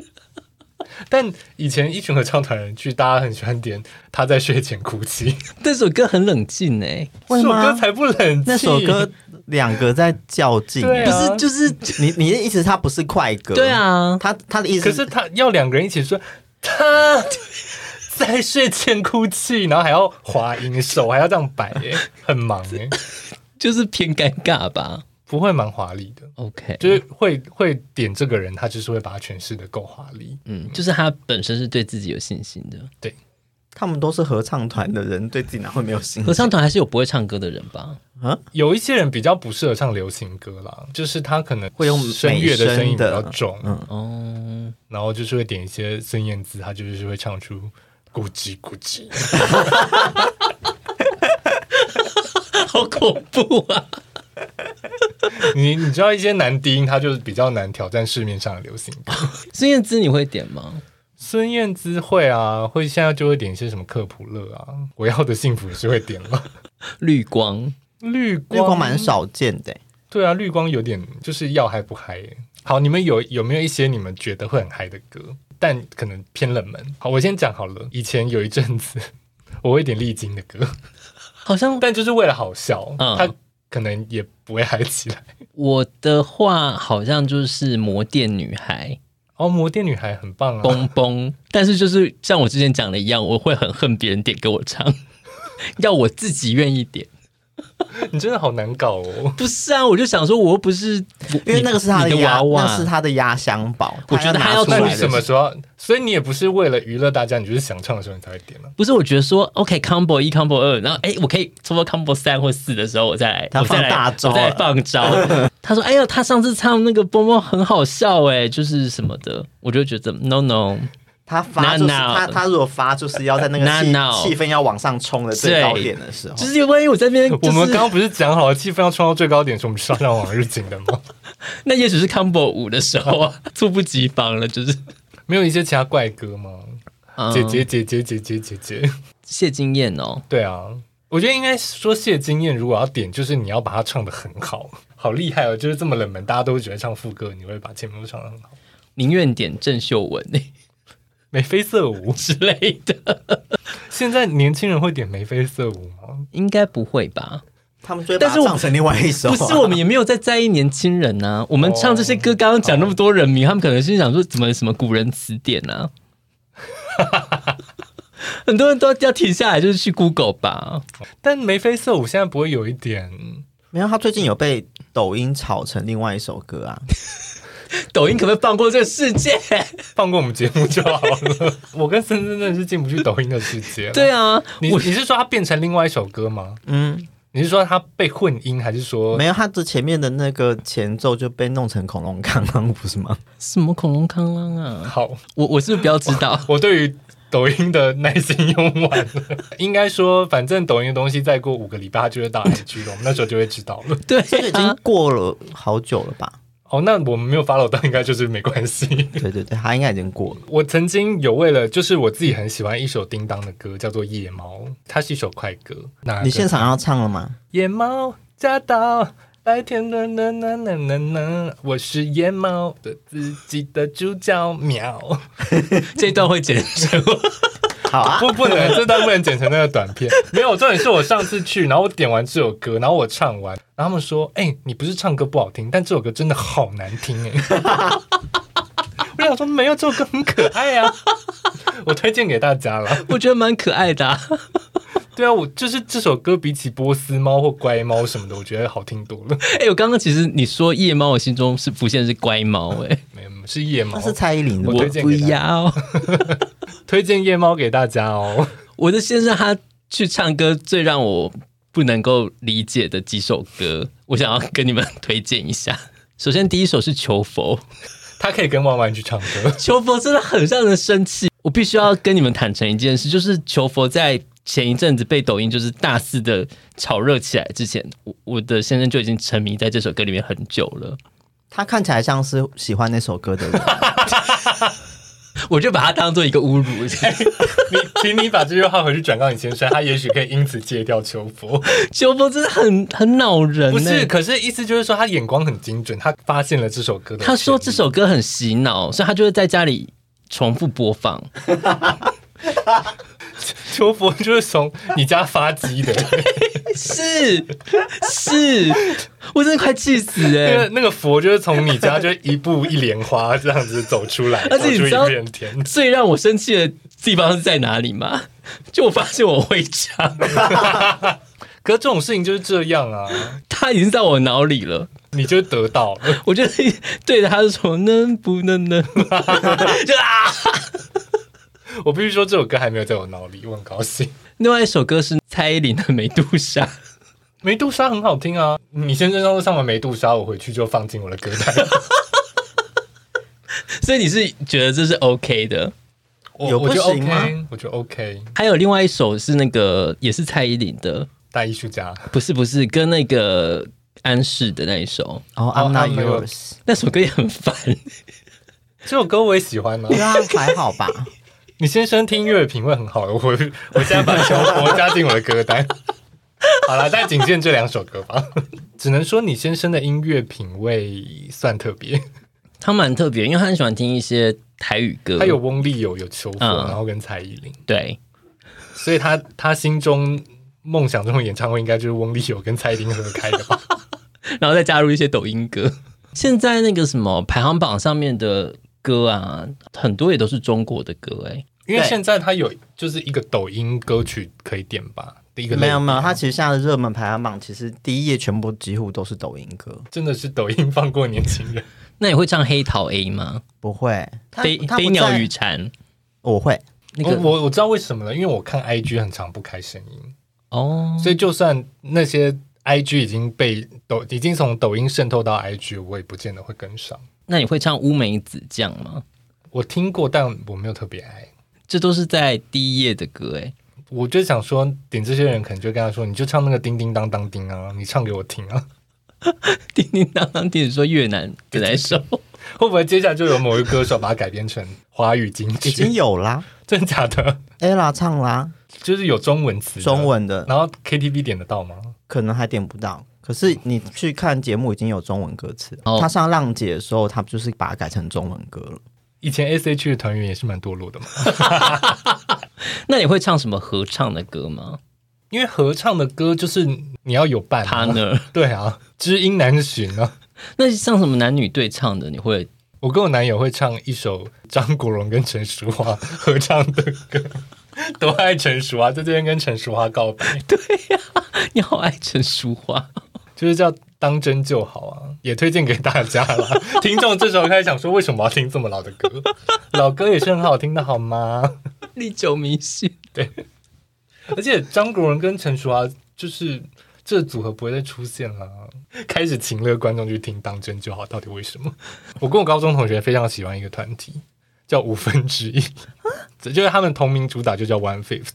B: 但以前一群合唱团的剧，大家很喜欢点他在睡前哭泣，
A: 这首歌很冷静哎、
C: 会
B: 这首歌
C: 吗？
B: 才不冷静。
C: 那首歌两个在较劲，
B: 对
A: 不
B: 啊
A: 是就是
C: 你你的意思，它不是快歌？
A: 对，啊，
C: 他他的意思
B: 可是他要两个人一起说他 在睡前哭泣，然后还要滑音，手还要这样摆、耶，很忙 耶，
A: 就是偏尴尬吧。
B: 不会蛮华丽的。
A: OK，
B: 就是会会点这个人，他就是会把他诠释的够华丽。
A: 嗯，就是他本身是对自己有信心的。
C: 他们都是合唱团的人，对自己哪会没有信
A: 嗯合
C: 心？
A: 唱团还是有不会唱歌的人吧？
B: 有一些人比较不适合唱流行歌啦，就是他可能
C: 会用
B: 声
C: 美
B: 乐的声音比
C: 声的
B: 较重，
C: 嗯
A: 哦，
B: 然后就是会点一些孙燕姿，她就是会唱出咕叽咕叽。
A: 好恐怖啊！
B: 你你知道一些男低音，他就是比较难挑战市面上的流行歌。
A: 孙燕姿你会点吗？
B: 孙燕姿会啊，会现在就会点一些什么克普勒啊，我要的幸福是会点 吗？
A: 绿光，
B: 绿光
C: 绿光蛮少见的欸、
B: 对啊，绿光有点就是要嗨不嗨耶。好，你们有有没有一些你们觉得会很嗨的歌，但可能偏冷门？好，我先讲好了。以前有一阵子， 我会点丽晶的歌，
A: 好像
B: 但就是为了好笑，
A: 嗯
B: 它可能也不会嗨起来。
A: 我的话好像就是魔电女孩
B: 哦，摩天女孩很棒啊！
A: 蹦蹦，但是就是像我之前讲的一样，我会很恨别人点给我 唱，要我自己愿意点。
B: 你真的好难搞哦。
A: 不是啊，我就想说，我又不是
C: 因为那个是他
A: 你的
C: 压
A: 娃，娃，
C: 那是他的压箱宝。
A: 我觉得他
C: 他
A: 要
C: 拿
B: 那
C: 出
B: 你
C: 来
B: 什么
C: 的。
B: 时候？所以你也不是为了娱乐大家，你就是想唱的时候你才会点啊。
A: 不是，我觉得说 OK combo 一 combo 二，然后哎，我可以差不多 combo 三或四的时候，我再来，
C: 他
A: 我再来
C: 放大招
A: 我再来放招。他说：“哎呀，他上次唱那个波波很好笑，哎，就是什么的。”我就觉得 no no，
C: 他发就是
A: Now, now
C: 他，他如果发就是要在那个气
A: Now, now
C: 气氛要往上冲的最高点的时候，
A: 就是万一我在那 边，就是、
B: 我们刚刚不是讲好了气氛要冲到最高点，是我们上上往日景的吗？
A: 那也许是 combo 五的时候啊，猝不及防了，就是、
B: 没有一些其他怪歌吗？
A: 嗯
B: 姐姐姐姐姐姐姐姐，
A: 谢金燕哦，
B: 对啊，我觉得应该说谢金燕，如果要点，就是你要把它唱的很好， 好厉害哦！就是这么冷门，大家都只会唱副歌，你会把前面都唱的很好，
A: 宁愿点郑秀文、
B: 眉飞色舞。
A: 之类的，
B: 现在年轻人会点眉飞色舞吗？
A: 应该不会吧？
C: 他们就会把
A: 但是
C: 它
A: 我
C: 唱成另外一首、啊。
A: 不是，我们也没有在在意年轻人呐、我们唱这些歌，刚刚讲那么多人名，他们可能是想说怎么什么古人词典 啊。很多人都要停下来，就是去 Google 吧。
B: 但眉飞色舞现在不会有一点，
C: 没有，他最近有被抖音炒成另外一首歌啊。
A: 抖音可不可以放过这个世界？
B: 放过我们节目就好了。 我跟森森真的是进不去抖音的世界了。
A: 对啊，
B: 你
A: 我
B: 你是说它变成另外一首歌吗？
C: 嗯，
B: 你是说它被混音，还是说
C: 没有，他的前面的那个前奏就被弄成恐龙康康，不是吗？
A: 什么恐龙康啷啊？
B: 好？
A: 我我是不是不要知道
B: 我对于抖音的耐心用完了，应该说，反正抖音的东西再过五个礼拜它就会到 IG 了，我们那时候就会知道了。
A: 对
C: 这个已经
A: 啊，
C: 过了好久了吧？
B: 哦，那我们没有 follow 到，应该就是没关系。
C: 对对对，他应该已经过了。
B: 我曾经有为了，就是我自己很喜欢一首叮当的歌，叫做《夜猫》，它是一首快歌。那
C: 你现场要唱了吗？
B: 夜猫驾到，白天的啦啦啦啦啦，我是夜猫的自己的主角喵。
A: 这一段会剪成
C: 好 啊，
B: 不不能，这段不能剪成那个短片。 没有，重点是我上次去，然后我点完这首歌，然后我唱完，然后他们说：“哎、你不是唱歌不好听，但这首歌真的好难听哎。” 我想说，没有，这首歌很可爱啊， 我推荐给大家了。
A: 我觉得蛮可爱的、 啊。
B: 对啊，我就是这首歌比起波斯猫或乖猫什么的，我觉得好听多了。
A: 哎、我刚刚其实你说夜猫，我心中是浮现的是乖猫、哎，
B: 没有，是夜猫
C: 那，是蔡依林的
B: 我
C: 吧。
A: 我
B: 推荐
A: 不
B: 给大
A: 要。
B: 推荐夜猫给大家哦。
A: 我的先生他去唱歌最让我不能够理解的几首歌，我想要跟你们推荐一下。首先第一首是《求佛》，
B: 他可以跟弯弯去唱歌，
A: 《求佛》真的很让人生气。我必须要跟你们坦诚一件事，就是《求佛》在前一阵子被抖音就是大肆的炒热起来之前，我我的先生就已经沉迷在这首歌里面很久了。
C: 他看起来像是喜欢那首歌的人，
A: 我就把它当做一个侮 辱。
B: 你请你把这句话回去转告你先生，他也许可以因此戒掉秋波。
A: 秋波真的很很恼人、欸，
B: 不是，可是意思就是说他眼光很精准，他发现了这首歌的。
A: 他说这首歌很洗脑，所以他就会在家里重复播放。
B: 秋波就是从你家发机的，
A: 是是，我真的快气死哎、
B: 那个那个佛就是从你家就一步一莲花这样子走出来，
A: 而
B: 走
A: 且
B: 出
A: 你
B: 一
A: 知道
B: 片天。
A: 最让我生气的地方是在哪里吗？就我发现我会唱，
B: 可是这种事情就是这样啊，
A: 他已经在我脑里了。
B: 你就得到了。
A: 我就对着他就说能不能能，就啊。
B: 我必须说这首歌还没有在我脑里，我很高兴。
A: 另外一首歌是蔡依林的《美杜莎》，
B: 梅杜莎很好听啊！你先生上次唱完梅杜莎，我回去就放进我的歌单。
A: 所以你是觉得这是 OK 的。
B: 我
C: 有
B: 我觉得
C: 不行吗
B: OK，我觉得 OK。
A: 还有另外一首是那个也是蔡依林的，
B: 大艺术家，
A: 不是不是跟那个安室的那一首，
C: 然后哦 I'm not
B: I'm not
C: yours，
A: 那首歌也很烦。
B: 这首歌我也喜欢啊
C: 对。啊，还好吧？
B: 你先生听音乐的品味很好，我我现在把小佛加进我的歌单。 好了，但仅限这两首歌吧。 只能说你先生的音乐品味算特别，
A: 他蛮特别，因为他很喜欢听一些台语歌，
B: 他有翁立友，有秋风，
A: 嗯
B: 然后跟蔡依林，
A: 对
B: 所以他他心中梦想中的演唱会应该就是翁立友跟蔡依林合开的 吧？
A: 然后再加入一些抖音歌。 现在那个什么排行榜上面的歌啊，很多也都是中国的歌哎、
B: 因为
C: 对
B: 现在他有就是一个抖音歌曲可以点吧，第一个类
C: 没有
B: 别啊
C: 没有，它其实现在的热门排行榜，其实第一页全部几乎都是抖音歌。
B: 真的是抖音放过年轻人。
A: 那你会唱《黑桃 A》吗？
C: 不会，它
A: 飞
C: 它不
A: 飞鸟
C: 在
A: 与蝉
C: 我会，
A: 那个
B: 我我我知道为什么了，因为我看 IG 很常不开声音，
A: 哦，
B: 所以就算那些 IG 已经被抖，已经从抖音渗透到 IG，我也不见得会跟上。
A: 那你会唱《乌梅子酱》吗？
B: 我听过，但我没有特别爱。
A: 这都是在第一页的歌哎。
B: 我就想说，点这些人可能就跟他说，你就唱那个叮叮当当叮啊，你唱给我听啊。
A: 叮叮当当，听你说越南的那一首，
B: 会不会接下来就有某一个歌手把它改编成华语金
C: 已经
B: 曲？
C: 有啦
B: 真的假的？
C: ，ella 唱啦，
B: 就是有中文词，
C: 中，文的
B: 然后 KTV 点得到吗？
C: 可能还点不到。可是你去看节目，已经有中文歌词了。
A: 哦
C: 他上浪姐的时候，他就是把它改成中文歌了。
B: 以前 S H 的团员也是蛮堕落的嘛。
A: 那你会唱什么合唱的歌吗
B: 因为合唱的歌就是你要有伴、啊，
A: ？Partner，
B: 对啊，知音难寻啊。
A: 那像什么男女对唱的，你会
B: 我跟我男友会唱一首张国荣跟陈淑桦 合唱的歌， 多爱陈淑桦，在这边跟陈淑桦告白，
A: 你好爱陈淑桦，
B: 就是叫当真就好啊，也推荐给大家啦。 听众这时候开始想说，为什么要听这么老的歌？老歌也是很好听的，好吗？
A: 历久弥新。
B: 而且张国荣跟陈淑桦就是这组合不会再出现了啊。开始请乐观众去听《当真就好》，到底为什么？我跟我高中同学非常喜欢一个团体，叫五分之一，
A: 啊
B: 就是他们同名主打就叫 One Fifth。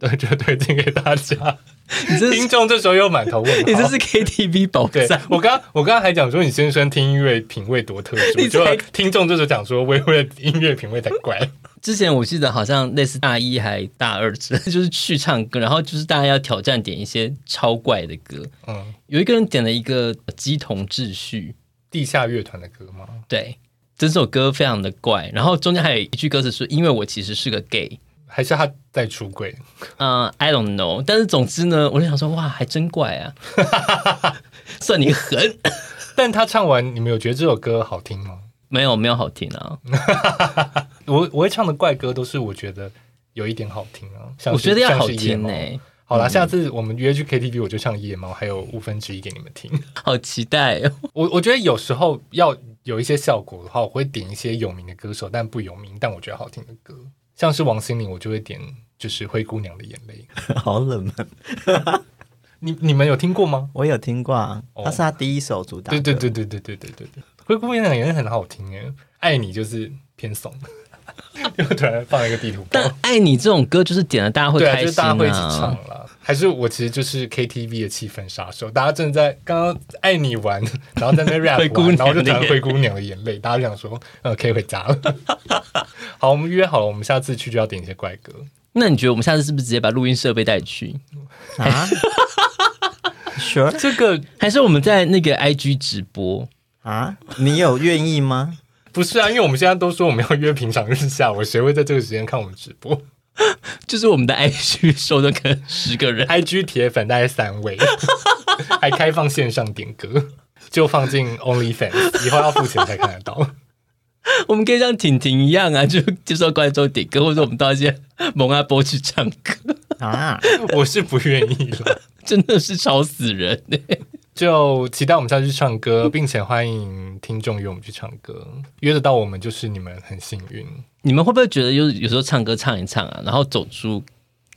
B: 对，就推荐给大家。
A: 你这是
B: 听众这时候又满头问号。
A: 你这是 KTV 宝
B: 对
A: 藏，
B: 我刚我刚还讲说你先生听音乐品味多特殊，
A: 你
B: 就
A: 才
B: 听众这时候讲说微微的音乐品味才怪。
A: 之前我记得好像类似大一还大二之类， 就是去唱歌，然后就是大家要挑战点一些超怪的歌。
B: 嗯，
A: 有一个人点了一个《鸡同秩序
B: 地下乐团的歌吗》，？
A: 对，这首歌非常的怪。然后中间还有一句歌词是“因为我其实是个 gay”，
B: 还是他在出轨？
A: 嗯、i don't know。但是总之呢，我就想说，哇，还真怪 啊，算你狠。
B: 但他唱完，你们有觉得这首歌好听吗？
A: 没有没有好听啊，
B: 我我会唱的怪歌都是我觉得有一点好听啊，像是
A: 我觉得要好
B: 像是夜
A: 听欸嗯
B: 猫
A: 呢、
B: 好啦，下次我们约去 KTV，我就唱夜猫，还有五分之一给你们听。
A: 好期待、哦。
B: 我我觉得有时候要有一些效果的话，我会点一些有名的歌手，但不有名，但我觉得好听的歌，像是王心凌，我就会点就是《灰姑娘的眼泪》。
C: 好冷门，
B: 你你们有听过吗？
C: 我有听过啊，
B: 哦
C: 它是他第一首主打。
B: 对对，对对对对对对对，《灰姑娘的眼泪》很好听诶，《爱你》就是偏怂， 又突然放了一个地图包。
A: 但爱你这种歌就是点了大家会
B: 对啊，
A: 开
B: 就是
A: 心啊
B: 大家会一起唱啦。还是我其实就是 KTV 的气氛杀手，大家正在刚刚爱你玩， 然后 在那边 rap，
A: 灰姑
B: 完
A: 娘
B: 然后就
A: 的
B: 弹
A: 眼
B: 灰姑娘的眼泪，大家就想说，呃，可以回家了。 好，我们约好了，我们下次去就要点一些怪歌。
A: 那你觉得我们下次是不是直接把录音设备带去？
C: 啊 ？Sure
A: 这个还是我们在那个 IG 直播？
C: 啊？你有愿意吗？
B: 不是啊，因为我们现在都说我们要约平常日下午，谁会在这个时间看我们直播
A: 就是我们的 IG 收的可能十个人，
B: ？IG 铁粉大概三位， 还开放线上点歌，就放进 OnlyFans，以后要付钱才看得到。
A: 我们可以像婷婷一样啊，就接受观众点歌，或者我们到一些蒙阿波去唱歌，
C: 啊，
B: 我是不愿意了。
A: 真的是吵死人、欸！
B: 就期待我们下次去唱 歌，并且欢迎听众约我们去唱歌，约得到我们就是你们很幸运。
A: 你们会不会觉得有有时候唱歌唱一唱啊，然后走出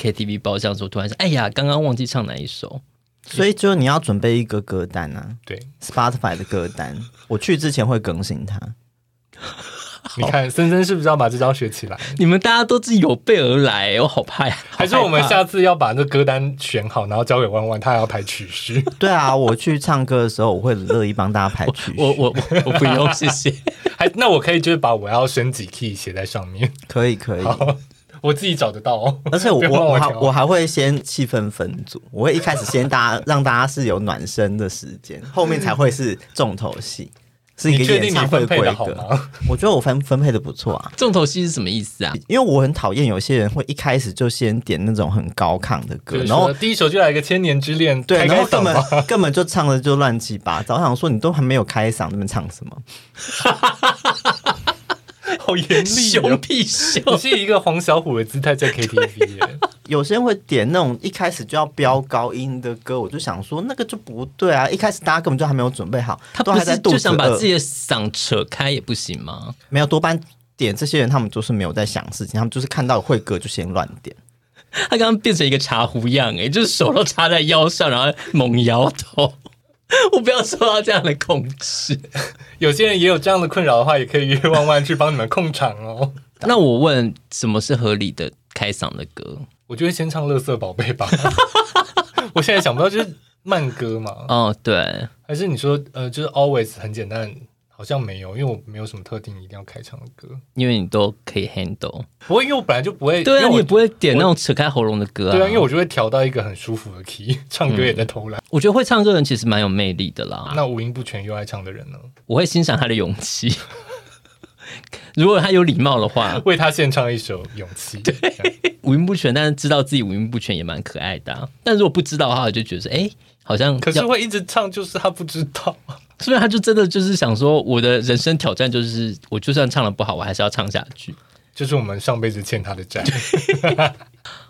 A: KTV 包厢的时候，突然想，哎呀，刚刚忘记唱哪一首？
C: 所以就你要准备一个歌单啊
B: 对，
C: ，Spotify 的歌单。我去之前会更新它。
B: 你看森森是不是要把这招学起 来？
A: 你们大家都是有备而来、我好怕呀！
B: 还是我们下次要把这歌单选好，然后交给弯弯，他还要排曲 序。
C: 对啊，我去唱歌的时候，我会很乐意帮大家排曲序。
A: 我我我我不用，谢谢。
B: 还那我可以就是把我要升几 key 写在上面，
C: 可以可以，
B: 好，我自己找得到、哦。
C: 而且我
B: 不要
C: 我
B: 帮
C: 我
B: 我
C: 还
B: 调
C: 我还会先气氛分组，我会一开始先大家让大家是有暖身的时间，后面才会是重头戏，是一
B: 你
C: 个
B: 确定
C: 演
B: 你
C: 唱会
B: 分配
C: 规
B: 的好
C: 格。
B: 吗？
C: 我觉得我分分配的不错啊，
A: 重头戏是什么意 思啊？
C: 因为我很讨厌有些人会一开始就先点那种很高亢的歌，
B: 就是
C: 然后
B: 说第一首就来一个《千年之恋》，
C: 对，
B: 开
C: 然
B: 开
C: 后根
B: 嗓吧。
C: 本根本就唱的就乱七八糟，我想说你都还没有开嗓，那边唱什么？
B: 好严厉、
A: 凶
B: 哦，
A: 屁凶！
B: 你是一个黄小虎的姿态在 KTV 耶、
C: 有些人会点那种一开始就要飙高音的歌，我就想说那个就不对啊！一开始大家根本就还没有准备好，
A: 他
C: 都
A: 不
C: 还在
A: 是
C: 肚子
A: 就想把
C: 饿
A: 自己的嗓扯开也不行吗？
C: 没有多半点这些人，他们就是没有在想事情，他们就是看到会歌就先乱点。
A: 他刚刚变成一个茶壶样、欸，哎，就是手都插在腰上，然后猛摇头。 我不要受到这样的控制。
B: 有些人也有这样的困扰的话，也可以约万万去帮你们控场哦。
A: 那我问，什么是合理的开嗓的歌？
B: 我就会先唱《乐色宝贝》吧。 我现在想不到就是慢歌嘛，
A: 哦，对，
B: 还是你说呃，就是 Always 很简单，好像没有，因为我没有什么特定一定要开唱的歌。
A: 因为你都可以 handle。
B: 不会，因为我本来就不会，
A: 对啊，你
B: 因为
A: 也
B: 我
A: 不会点那种扯开喉咙的歌啊。
B: 对啊，因为我就会调到一个很舒服的 key，唱歌也在偷懒。
A: 我觉得会唱歌的人其实蛮有魅力的啦。
B: 那五音不全又爱唱的人呢？
A: 我会欣赏他的勇气。 如果他有礼貌的话，
B: 为他献唱一首《勇气》 这样。
A: 五音不全，但是知道自己五音不全也蛮可爱的啊、但如果不知道的话，我就觉得哎、诶好像
B: 可是
A: 要
B: 会一直唱，就是他不知道。
A: 所以他就真的就是想说，我的人生挑战就是，我就算唱的不好，我还是要唱下去。
B: 就是我们上辈子欠他的 债，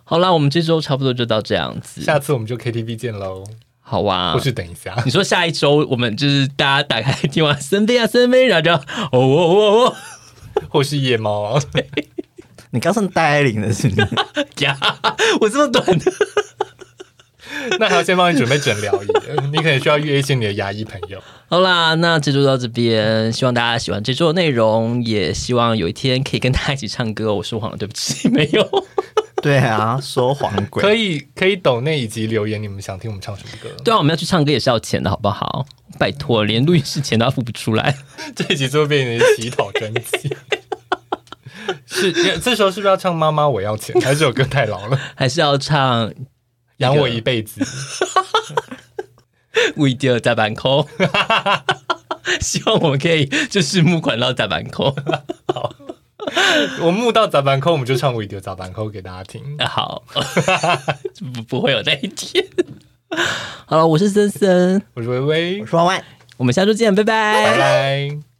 A: 好啦，我们这周差不多就到这样子，
B: 下次我们就 KTV 见喽，
A: 好哇
B: 或。是等一下。
A: 你说下一周我们就是大家打开听完森贝啊森贝，然后就哦哦哦
B: 或是夜猫啊，
C: 你刚上戴爱玲的 是不是
A: 哦呀，我这么短的，
B: 那还要先帮你准备诊疗仪，你可能需要约一些你的牙医朋友。
A: 好啦，那这周到这边，希望大家喜欢这周的内容，也希望有一天可以跟大家一起唱歌哦。我说谎了，对不起，没有。
C: 对啊，说谎
B: 可
C: 鬼。
B: 以可以抖内以及留言，你们想听我们唱什么 歌？
A: 对啊，我们要去唱歌也是要钱的，好不好？拜托，连录音室钱都要付不出来。
B: 这一集就会变成乞讨 专辑。是，这时候是不是要唱《妈妈我要钱》？还是这首歌太老了，
A: 还是要唱
B: 养我一辈子。
A: 为第二大板扣， 希望我们可以就是募款到大板扣。
B: 我募到杂板扣，我们就唱《我一丢杂板扣》给大家听。
A: 好， 不不会有那一天。 好了，我是森森，
B: 我是微微
C: 我，说完。
A: 我们下周见，拜拜
B: 拜拜。